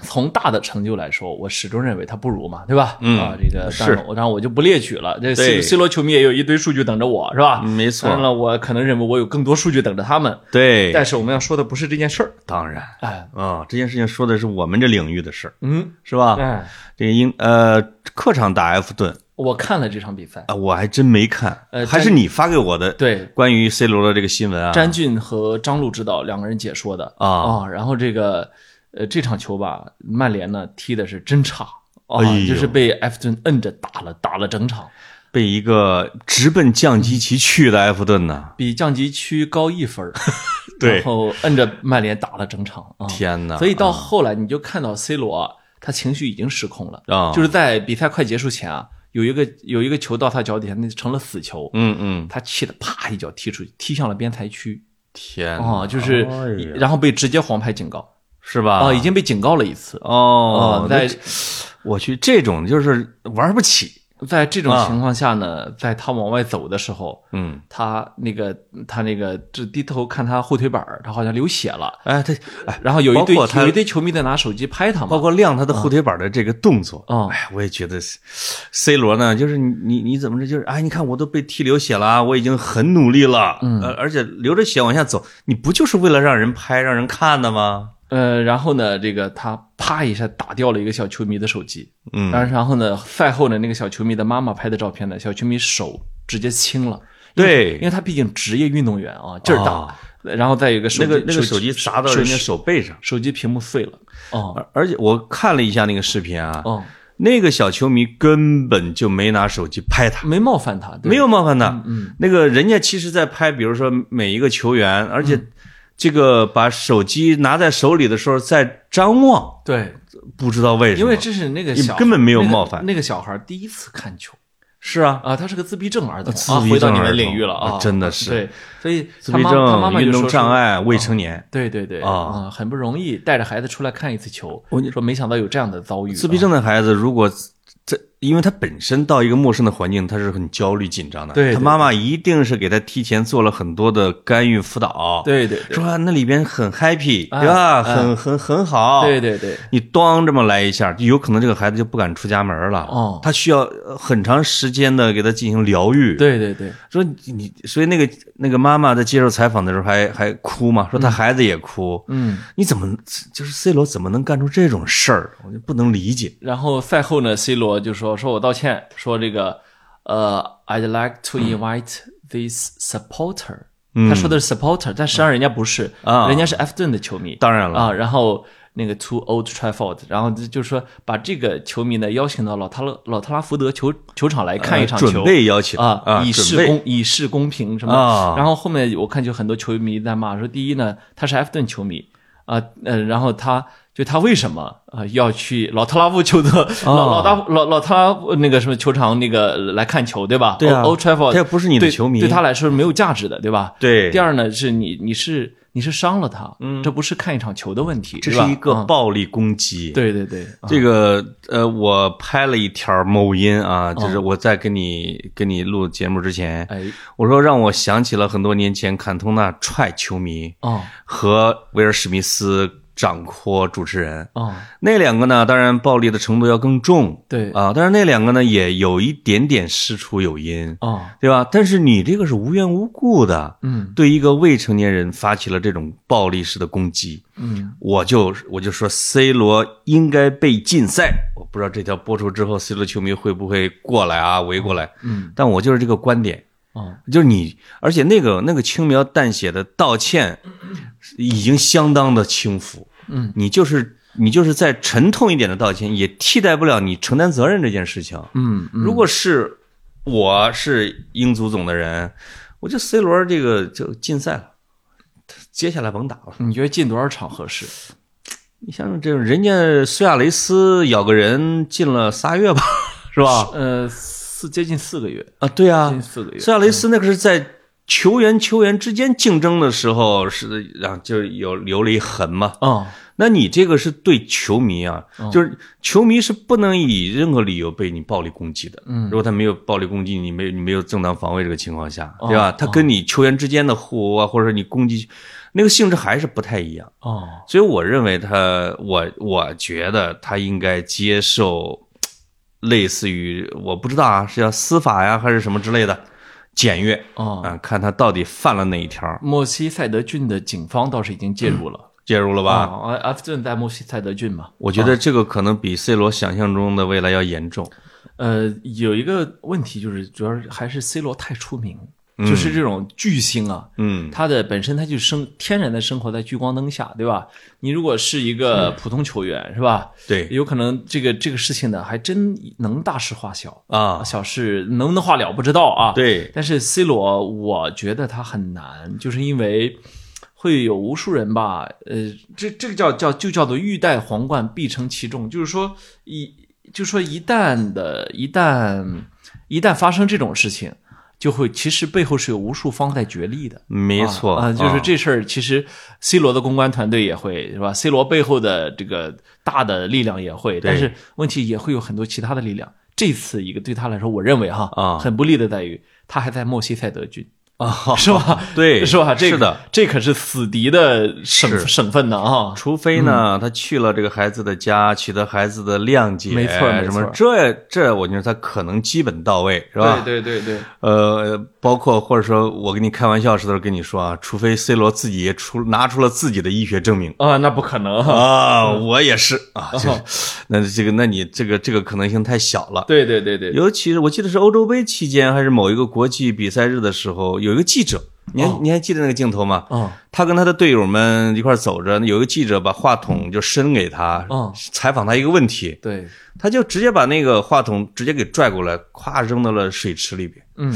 Speaker 1: 从大的成就来说，我始终认为他不如嘛，对吧？
Speaker 3: 嗯
Speaker 1: 啊，这个
Speaker 3: 是
Speaker 1: 当然我当然我就不列举了。这 C
Speaker 3: 对嗯
Speaker 1: C 罗球迷也有一堆数据等着我，是吧？
Speaker 3: 没错
Speaker 1: 当然了，我可能认为我有更多数据等着他们，
Speaker 3: 对，
Speaker 1: 但是我们要说的不是这件事儿。
Speaker 3: 当然。
Speaker 1: 哎，
Speaker 3: 啊、这件事情说的是我们这领域的事儿，
Speaker 1: 嗯，
Speaker 3: 是吧？
Speaker 1: 哎，
Speaker 3: 这个英呃，客场打埃弗顿
Speaker 1: 我看了这场比赛
Speaker 3: 啊、，我还真没看，
Speaker 1: 呃
Speaker 3: 还是你发给我的
Speaker 1: 对，
Speaker 3: 关于 C 罗的这个新闻啊。
Speaker 1: 詹俊和张璐指导两个人解说的
Speaker 3: 啊
Speaker 1: 哦然后这个呃这场球吧，曼联呢踢的是真差啊、
Speaker 3: 哎呦
Speaker 1: 就是被埃弗顿摁着打了，打了整场，
Speaker 3: 被一个直奔降级棋去的埃弗顿呢，
Speaker 1: 比降级区高一分儿
Speaker 3: (laughs) 对
Speaker 1: 然后摁着曼联打了整场啊、
Speaker 3: 天哪！
Speaker 1: 所以到后来你就看到 C 罗啊他情绪已经失控了，
Speaker 3: 啊，
Speaker 1: 就是是在比赛快结束前啊，有一个有一个球到他脚底下，那成了死球，
Speaker 3: 嗯嗯，
Speaker 1: 他气得啪一脚踢出去，踢向了边裁区
Speaker 3: 天
Speaker 1: 啊、就是、
Speaker 3: 哎呀
Speaker 1: 然后被直接黄牌警告。
Speaker 3: 是吧？
Speaker 1: 啊、已经被警告了一次。
Speaker 3: 哦
Speaker 1: 哦，在
Speaker 3: 那我去，这种就是玩不起，
Speaker 1: 在这
Speaker 3: 啊
Speaker 1: 种情况下呢，在他往外走的时候，
Speaker 3: 嗯，
Speaker 1: 他那个他那个这低头看他后腿板儿，他好像流血了。
Speaker 3: 哎，他哎，
Speaker 1: 然后有一
Speaker 3: 包
Speaker 1: 堆
Speaker 3: 括他
Speaker 1: 有一堆球迷在拿手机拍他
Speaker 3: 包
Speaker 1: 嘛，
Speaker 3: 括亮他的后腿板的这个动作，
Speaker 1: 嗯
Speaker 3: 哎，我也觉得 C 罗呢，就是你你你怎么着，就是哎，你看我都被踢流血了啊，我已经很努力了，嗯，而且流着血往下走，你不就是为了让人拍让人看的吗？
Speaker 1: 呃，然后呢，这个他啪一下打掉了一个小球迷的手机，
Speaker 3: 嗯
Speaker 1: 然然后呢，赛后呢，那个小球迷的妈妈拍的照片呢，小球迷手直接青了，因
Speaker 3: 对，
Speaker 1: 为他毕竟职业运动员啊，劲儿大，
Speaker 3: 哦
Speaker 1: 然后再有一个手
Speaker 3: 那
Speaker 1: 机
Speaker 3: 个那个手机砸到人家
Speaker 1: 手
Speaker 3: 手背上，
Speaker 1: 手机屏幕碎了，哦
Speaker 3: 而而且我看了一下那个视频啊，
Speaker 1: 哦，
Speaker 3: 那个小球迷根本就没拿手机拍他。
Speaker 1: 没冒犯他，对
Speaker 3: 没有冒犯
Speaker 1: 嗯
Speaker 3: 他。那个人家其实在拍，比如说每一个球员，而
Speaker 1: 嗯
Speaker 3: 且这个把手机拿在手里的时候在张望，
Speaker 1: 对，
Speaker 3: 不知道为什
Speaker 1: 因
Speaker 3: 么。
Speaker 1: 为这是那个
Speaker 3: 也
Speaker 1: 小
Speaker 3: 根本没有冒犯
Speaker 1: 那个那个小孩第一次看球
Speaker 3: 是啊，
Speaker 1: 啊，他是个自闭症儿童
Speaker 3: 自
Speaker 1: 啊，
Speaker 3: 闭症
Speaker 1: 回到你
Speaker 3: 儿
Speaker 1: 们
Speaker 3: 童
Speaker 1: 领域了啊，
Speaker 3: 啊真的是
Speaker 1: 对，所以
Speaker 3: 自
Speaker 1: 他
Speaker 3: 闭
Speaker 1: 妈他妈妈
Speaker 3: 症、
Speaker 1: 就
Speaker 3: 运
Speaker 1: 说
Speaker 3: 动
Speaker 1: 是
Speaker 3: 障，碍、未成年。
Speaker 1: 对对对
Speaker 3: 啊
Speaker 1: 啊，很不
Speaker 3: 啊
Speaker 1: 容易带着孩子出来看一次球，说没想到有这样的遭遇，啊
Speaker 3: 自闭症的孩子如果在因为他本身到一个陌生的环境，他是很焦虑紧张的。
Speaker 1: 对对
Speaker 3: 他妈妈一定是给他提前做了很多的干预辅导。，
Speaker 1: 对对对
Speaker 3: 说啊那里边很 happy，
Speaker 1: 啊
Speaker 3: 对吧？
Speaker 1: 啊
Speaker 3: 很很很好。
Speaker 1: 对对对，
Speaker 3: 你咣这么来一下，就有可能这个孩子就不敢出家门了。
Speaker 1: 哦
Speaker 3: 他需要呃很长时间的给他进行疗愈。，
Speaker 1: 对对对，
Speaker 3: 说你你，所以那个那个妈妈在接受采访的时候还还哭嘛，说她孩子也哭。
Speaker 1: 嗯。
Speaker 3: 你怎么就是 C 罗怎么能干出这种事儿？我就不能理解。
Speaker 1: 然后赛后呢，C 罗就说：“说我道歉，说这个，呃，I'd like to invite this supporter。”他说的是 supporter，但实际上人家不是，
Speaker 3: 嗯啊
Speaker 1: 人家是 F 顿的球迷。
Speaker 3: 当然了
Speaker 1: 啊，然后那个 to Old Trafford，然后就就是说把这个球迷呢邀请到老特拉老特拉福德球球场来看一场球，
Speaker 3: 呃准备邀请
Speaker 1: 啊以
Speaker 3: 准
Speaker 1: 示
Speaker 3: 备
Speaker 1: 公以示公平什么。
Speaker 3: 啊
Speaker 1: 然后后面我看就很多球迷在骂说，第一呢，他是埃弗顿球迷啊，呃，然后他就他为什么啊、呃要去老特拉夫球的、老
Speaker 3: 啊
Speaker 1: 老大老老特拉夫那个什么球场那个来看球，对吧？
Speaker 3: 对啊
Speaker 1: o l d Trafford，
Speaker 3: 他也不是你的
Speaker 1: 对
Speaker 3: 球迷
Speaker 1: 对他来说是没有价值的，对吧？
Speaker 3: 对
Speaker 1: 第二呢，是你你是你是伤了他，嗯，这不是看一场球的问题，
Speaker 3: 这
Speaker 1: 对
Speaker 3: 是
Speaker 1: 吧
Speaker 3: 一个
Speaker 1: 嗯
Speaker 3: 暴力攻击。。
Speaker 1: 对对对，啊
Speaker 3: 这个呃，我拍了一条某音啊，
Speaker 1: 嗯
Speaker 3: 就是我在跟你跟你录节目之前，
Speaker 1: 哎
Speaker 3: 我说让我想起了很多年前坎通纳踹球迷
Speaker 1: 哦
Speaker 3: 和威尔史密斯掌掴主持人
Speaker 1: 哦，
Speaker 3: 那两个呢，当然暴力的程度要更重，
Speaker 1: 对
Speaker 3: 啊，但是那两个呢也有一点点师出有因，
Speaker 1: 哦
Speaker 3: 对吧？但是你这个是无缘无故的，
Speaker 1: 嗯
Speaker 3: 对一个未成年人发起了这种暴力式的攻击，
Speaker 1: 嗯
Speaker 3: 我就我就说 C 罗应该被禁赛。我不知道这条播出之后，C 罗球迷会不会过来啊，围过来？
Speaker 1: 嗯
Speaker 3: 但我就是这个观点，
Speaker 1: 哦
Speaker 3: 就是你，而且那个那个轻描淡写的道歉，已经相当的轻浮。
Speaker 1: 嗯，
Speaker 3: 你就是你就是再沉痛一点的道歉，也替代不了你承担责任这件事情。
Speaker 1: 嗯嗯
Speaker 3: 如果是我是英足总的人，我就 C 罗这个就禁赛了，接下来甭打了。
Speaker 1: 你觉得进多少场合适？
Speaker 3: 你像这种人家苏亚雷斯咬个人进了仨月吧，是吧？
Speaker 1: 呃，四接近四个月，
Speaker 3: 啊，对
Speaker 1: 接
Speaker 3: 啊
Speaker 1: 近，四个月。
Speaker 3: 苏亚雷斯那个是在球员球员之间竞争的时候是，然后就有留了一痕嘛。
Speaker 1: 哦，
Speaker 3: 那你这个是对球迷啊，就是球迷是不能以任何理由被你暴力攻击的。
Speaker 1: 嗯
Speaker 3: 如果他没有暴力攻击，你没有你没有正当防卫这个情况下，
Speaker 1: 哦
Speaker 3: 对吧？他跟你球员之间的互殴啊，或者说你攻击，那个性质还是不太一样。
Speaker 1: 哦，
Speaker 3: 所以我认为他，我我觉得他应该接受类似于我不知道啊，是要司法呀还是什么之类的检阅啊、
Speaker 1: 哦，
Speaker 3: 看他到底犯了哪一条，
Speaker 1: 莫西塞德郡的警方倒是已经介入了。
Speaker 3: 介入了吧？
Speaker 1: 啊，埃弗顿在莫西塞德郡嘛，
Speaker 3: 我觉得这个可能比 C 罗想象中的未来要严重。
Speaker 1: 呃，有一个问题就是，主要是还是 C 罗太出名，就是这种巨星啊，
Speaker 3: 嗯，
Speaker 1: 他的本身他就生天然的生活在聚光灯下，对吧？你如果是一个普通球员，是吧？
Speaker 3: 对
Speaker 1: 有可能这个这个事情呢，还真能大事化小，
Speaker 3: 啊，
Speaker 1: 小事能不能化了不知道啊。
Speaker 3: 对，
Speaker 1: 但是 C 罗，我觉得他很难，就是因为会有无数人吧，呃，这这个叫叫就叫做欲戴皇冠，必承其重，就是说一就说一旦的一旦一旦发生这种事情，就会其实背后是有无数方在角力的。
Speaker 3: 没错
Speaker 1: 啊，啊就是这事儿，其实 C 罗的公关团队也会是吧？C 罗背后的这个大的力量也会，但是问题也会有很多其他的力量。这次一个对他来说，我认为哈
Speaker 3: 啊
Speaker 1: 很不利的在于他还在墨西塞德郡，
Speaker 3: 啊，
Speaker 1: (laughs) 是吧？
Speaker 3: 对，
Speaker 1: 是吧？这个
Speaker 3: 是的。，
Speaker 1: 这可是死敌的省
Speaker 3: 是
Speaker 1: 省份呢啊！
Speaker 3: 除非呢，他去了这个孩子的家，取得孩子的谅解，
Speaker 1: 没错没
Speaker 3: 什
Speaker 1: 错
Speaker 3: 么这这，我觉得他可能基本到位，是吧？
Speaker 1: 对对对对，
Speaker 3: 呃，包括或者说我跟你开玩笑似的跟你说啊，除非 C 罗自己也出拿出了自己的医学证明
Speaker 1: 啊，那不可能哈！
Speaker 3: 啊，我也是啊，就是，那这个，那你这个这个可能性太小了。
Speaker 1: 对对对对，
Speaker 3: 尤其是我记得是欧洲杯期间还是某一个国际比赛日的时候，有一个记者，你还、你还记得那个镜头吗？
Speaker 1: 嗯
Speaker 3: 他跟他的队友们一块儿走着，有一个记者把话筒就伸给他，
Speaker 1: 嗯
Speaker 3: 采访他一个问题，
Speaker 1: 对，
Speaker 3: 他就直接把那个话筒直接给拽过来，咵扔到了水池里边。
Speaker 1: 嗯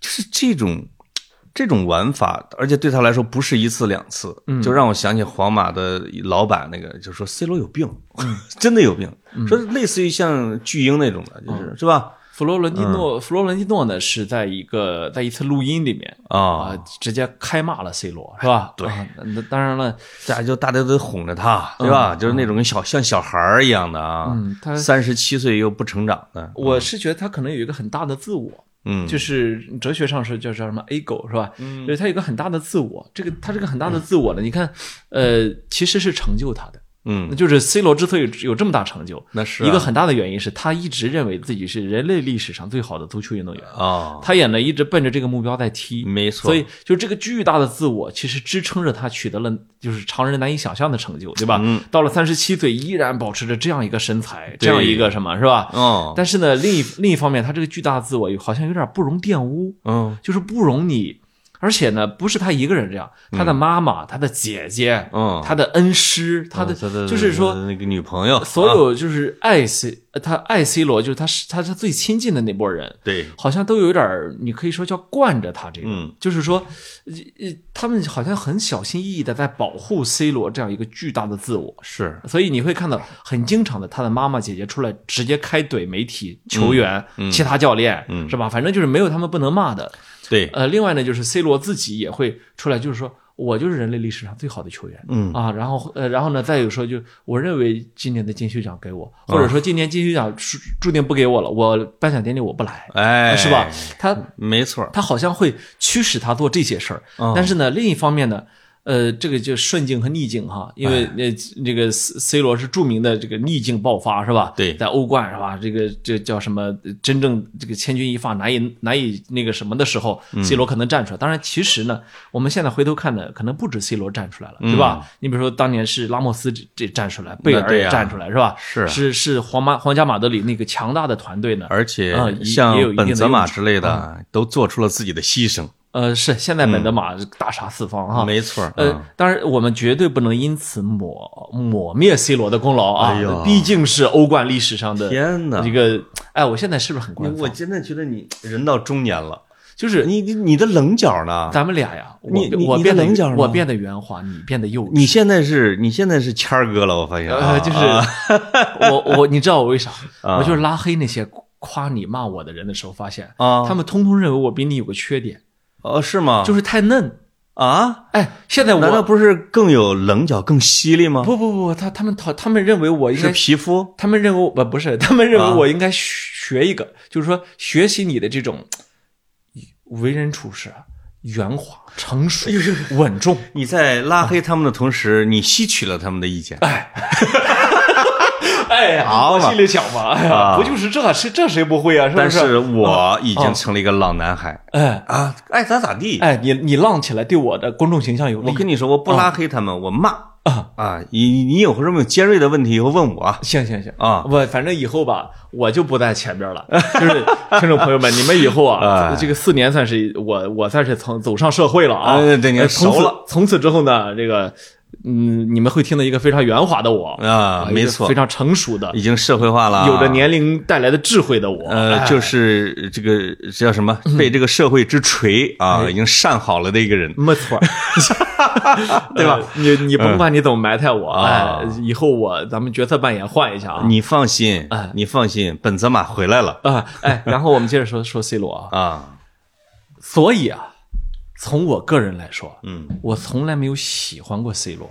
Speaker 3: 就是这种这种玩法，而且对他来说不是一次两次，
Speaker 1: 嗯
Speaker 3: 就让我想起皇马的老板那个，就说
Speaker 1: 嗯嗯
Speaker 3: C 罗有病，真的有病，说类似于像巨婴那种的，就是、是吧？
Speaker 1: 弗洛伦蒂诺，
Speaker 3: 嗯
Speaker 1: 弗洛伦蒂诺呢是在一个在一次录音里面啊、
Speaker 3: 啊，哎
Speaker 1: 直接开骂了 C 罗，是吧？
Speaker 3: 对
Speaker 1: 啊那、当然了，
Speaker 3: 大家就大家都哄着他，对吧？就是那种跟小像小孩儿一样的啊
Speaker 1: 嗯，他
Speaker 3: 三十七岁又不成长的，
Speaker 1: 我是觉得他可能有一个很大的自我，
Speaker 3: 嗯，
Speaker 1: 就是哲学上是叫叫什么 ego 是吧？就是他有一个很大的自我，这个他这个很大的自我呢，你看，呃，其实是成就他的。那
Speaker 3: 嗯，
Speaker 1: 就是 C 罗之所以有这么大成就，
Speaker 3: 那是啊
Speaker 1: 一个很大的原因是他一直认为自己是人类历史上最好的足球运动员，
Speaker 3: 啊，嗯
Speaker 1: 他也呢一直奔着这个目标在踢，
Speaker 3: 没错，
Speaker 1: 所以就这个巨大的自我，其实支撑着他取得了就是常人难以想象的成就，对吧？
Speaker 3: 嗯
Speaker 1: 到了三十七岁，依然保持着这样一个身材，这
Speaker 3: 对
Speaker 1: 样一个什么是吧？
Speaker 3: 哦，
Speaker 1: 但是呢，另一另一方面，他这个巨大的自我好像有点不容玷污，
Speaker 3: 嗯
Speaker 1: 就是不容你，而且呢，不是他一个人这样，他的妈妈、他的姐姐、
Speaker 3: 嗯，
Speaker 1: 他的恩师、他的
Speaker 3: 嗯他的
Speaker 1: 就是说
Speaker 3: 他的那个女朋友，
Speaker 1: 所
Speaker 3: 啊
Speaker 1: 有就是爱 C，呃他爱 C 罗，就是他是他他最亲近的那波人，
Speaker 3: 对，
Speaker 1: 好像都有点儿，你可以说叫惯着他这个，
Speaker 3: 嗯
Speaker 1: 就是说，呃呃他们好像很小心翼翼的在保护 C 罗这样一个巨大的自我，
Speaker 3: 是，
Speaker 1: 所以你会看到很经常的他的妈妈姐姐出来直接开怼媒体、球员、其他教练，
Speaker 3: 嗯
Speaker 1: 是吧？反正就是没有他们不能骂的。
Speaker 3: 对，
Speaker 1: 呃，另外呢，就是 C 罗自己也会出来，就是说我就是人类历史上最好的球员，
Speaker 3: 嗯
Speaker 1: 啊，然后呃，然后呢，再有时候就我认为今年的金靴奖给我，
Speaker 3: 啊
Speaker 1: 或者说今年金靴奖注注定不给我了，我颁奖典礼我不来，
Speaker 3: 哎，
Speaker 1: 呃是吧？？他
Speaker 3: 没错儿，
Speaker 1: 他好像会驱使他做这些事儿，
Speaker 3: 嗯
Speaker 1: 但是呢，另一方面呢。呃，这个就顺境和逆境哈，因
Speaker 3: 哎
Speaker 1: 为呃，这个 C C 罗是著名的这个逆境爆发是吧？
Speaker 3: 对
Speaker 1: 在欧冠是吧？这个这叫什么？呃真正这个千钧一发、难以难以那个什么的时候，C
Speaker 3: 嗯
Speaker 1: 罗可能站出来。当然，其实呢，我们现在回头看呢，可能不止 C 罗站出来了，对吧？你比如说当年是拉莫斯这这站出来，贝
Speaker 3: 嗯那
Speaker 1: 尔
Speaker 3: 对
Speaker 1: 也
Speaker 3: 呀
Speaker 1: 站出来是吧？
Speaker 3: 是啊
Speaker 1: 是是皇马皇家马德里那个强大的团队呢，
Speaker 3: 而且
Speaker 1: 啊也也有
Speaker 3: 像
Speaker 1: 一定
Speaker 3: 本
Speaker 1: 的
Speaker 3: 泽马
Speaker 1: 用处
Speaker 3: 之类的，都做出了自己的牺牲，
Speaker 1: 呃，是现在本泽马大杀四方哈。
Speaker 3: 嗯没错儿，
Speaker 1: 呃
Speaker 3: 嗯，，
Speaker 1: 当然，我们绝对不能因此抹抹灭 C 罗的功劳啊！
Speaker 3: 哎呦
Speaker 1: 毕竟是欧冠历史上的
Speaker 3: 天哪
Speaker 1: 一个，哎，我现在是不是很官
Speaker 3: 我
Speaker 1: 方？
Speaker 3: 真的觉得你人到中年了，
Speaker 1: 就是
Speaker 3: 你你你的棱角呢？
Speaker 1: 咱们俩呀，我
Speaker 3: 你你
Speaker 1: 我
Speaker 3: 你的
Speaker 1: 变得
Speaker 3: 棱角呢
Speaker 1: 我变得圆滑，你变得幼稚。
Speaker 3: 你现在是你现在是谦儿哥了，我发现啊，
Speaker 1: 呃，就是
Speaker 3: 啊
Speaker 1: 我我你知道我为啥？
Speaker 3: (laughs) 啊
Speaker 1: 我就是拉黑那些夸你骂我的人的时候，发现
Speaker 3: 啊
Speaker 1: 他们通通认为我比你有个缺点，
Speaker 3: 哦是吗？
Speaker 1: 就是太嫩。
Speaker 3: 啊，
Speaker 1: 哎，现在我
Speaker 3: 难道不是更有棱角、更犀利吗？
Speaker 1: 不不不，他他们讨他们认为我应
Speaker 3: 是
Speaker 1: 该
Speaker 3: 皮肤
Speaker 1: 他们认为我不不是，他们认为
Speaker 3: 啊
Speaker 1: 我应该学一个，就是说学习你的这种为人处事啊圆滑、成熟、稳重。
Speaker 3: 你在拉黑他们的同时，你吸取了他们的意见。
Speaker 1: 哎呀，
Speaker 3: 好
Speaker 1: 我
Speaker 3: 嘛
Speaker 1: 心里想嘛，哎呀，
Speaker 3: 啊
Speaker 1: 不就是这是这谁不会啊？是不
Speaker 3: 但是
Speaker 1: 是？
Speaker 3: 我已经成了一个老男孩
Speaker 1: 哎
Speaker 3: 啊，爱咋咋地。
Speaker 1: 哎，你你浪起来对我的公众形象有利
Speaker 3: 我。跟你说，我不拉黑他们，我骂
Speaker 1: 啊
Speaker 3: 啊！你你你有什么有尖锐的问题以后问我啊
Speaker 1: 行行行
Speaker 3: 啊
Speaker 1: 我反正以后吧，我就不在前边了。
Speaker 3: (laughs)
Speaker 1: 就是听众朋友们，你们以后啊，
Speaker 3: 哎
Speaker 1: 这个四年算是我我算是从走上社会了啊，
Speaker 3: 哎对你
Speaker 1: 呃
Speaker 3: 熟
Speaker 1: 从此
Speaker 3: 了
Speaker 1: 从此之后呢，这个嗯，你们会听到一个非常圆滑的我
Speaker 3: 啊！
Speaker 1: 一
Speaker 3: 没
Speaker 1: 个
Speaker 3: 错
Speaker 1: 哎非，常成熟的
Speaker 3: 已，经社会化了，啊
Speaker 1: 有着年哎龄带来的智慧的我。
Speaker 3: 呃，就是这个叫什么，
Speaker 1: 嗯
Speaker 3: 被这个社会之锤啊，
Speaker 1: 哎
Speaker 3: 已经善好了的一个人。
Speaker 1: 没错
Speaker 3: (laughs)
Speaker 1: 儿，
Speaker 3: 对吧
Speaker 1: 呃？你你甭管你怎么埋汰我，
Speaker 3: 嗯啊
Speaker 1: 哎，以后我咱们角色扮演换一下啊
Speaker 3: 你放心
Speaker 1: 哎，
Speaker 3: 你放心，本泽马回来了
Speaker 1: 啊！哎，然后我们接着说说 C 罗啊，
Speaker 3: 啊！
Speaker 1: 所以啊，从我个人来说，
Speaker 3: 嗯，
Speaker 1: 我从来没有喜欢过 C 罗，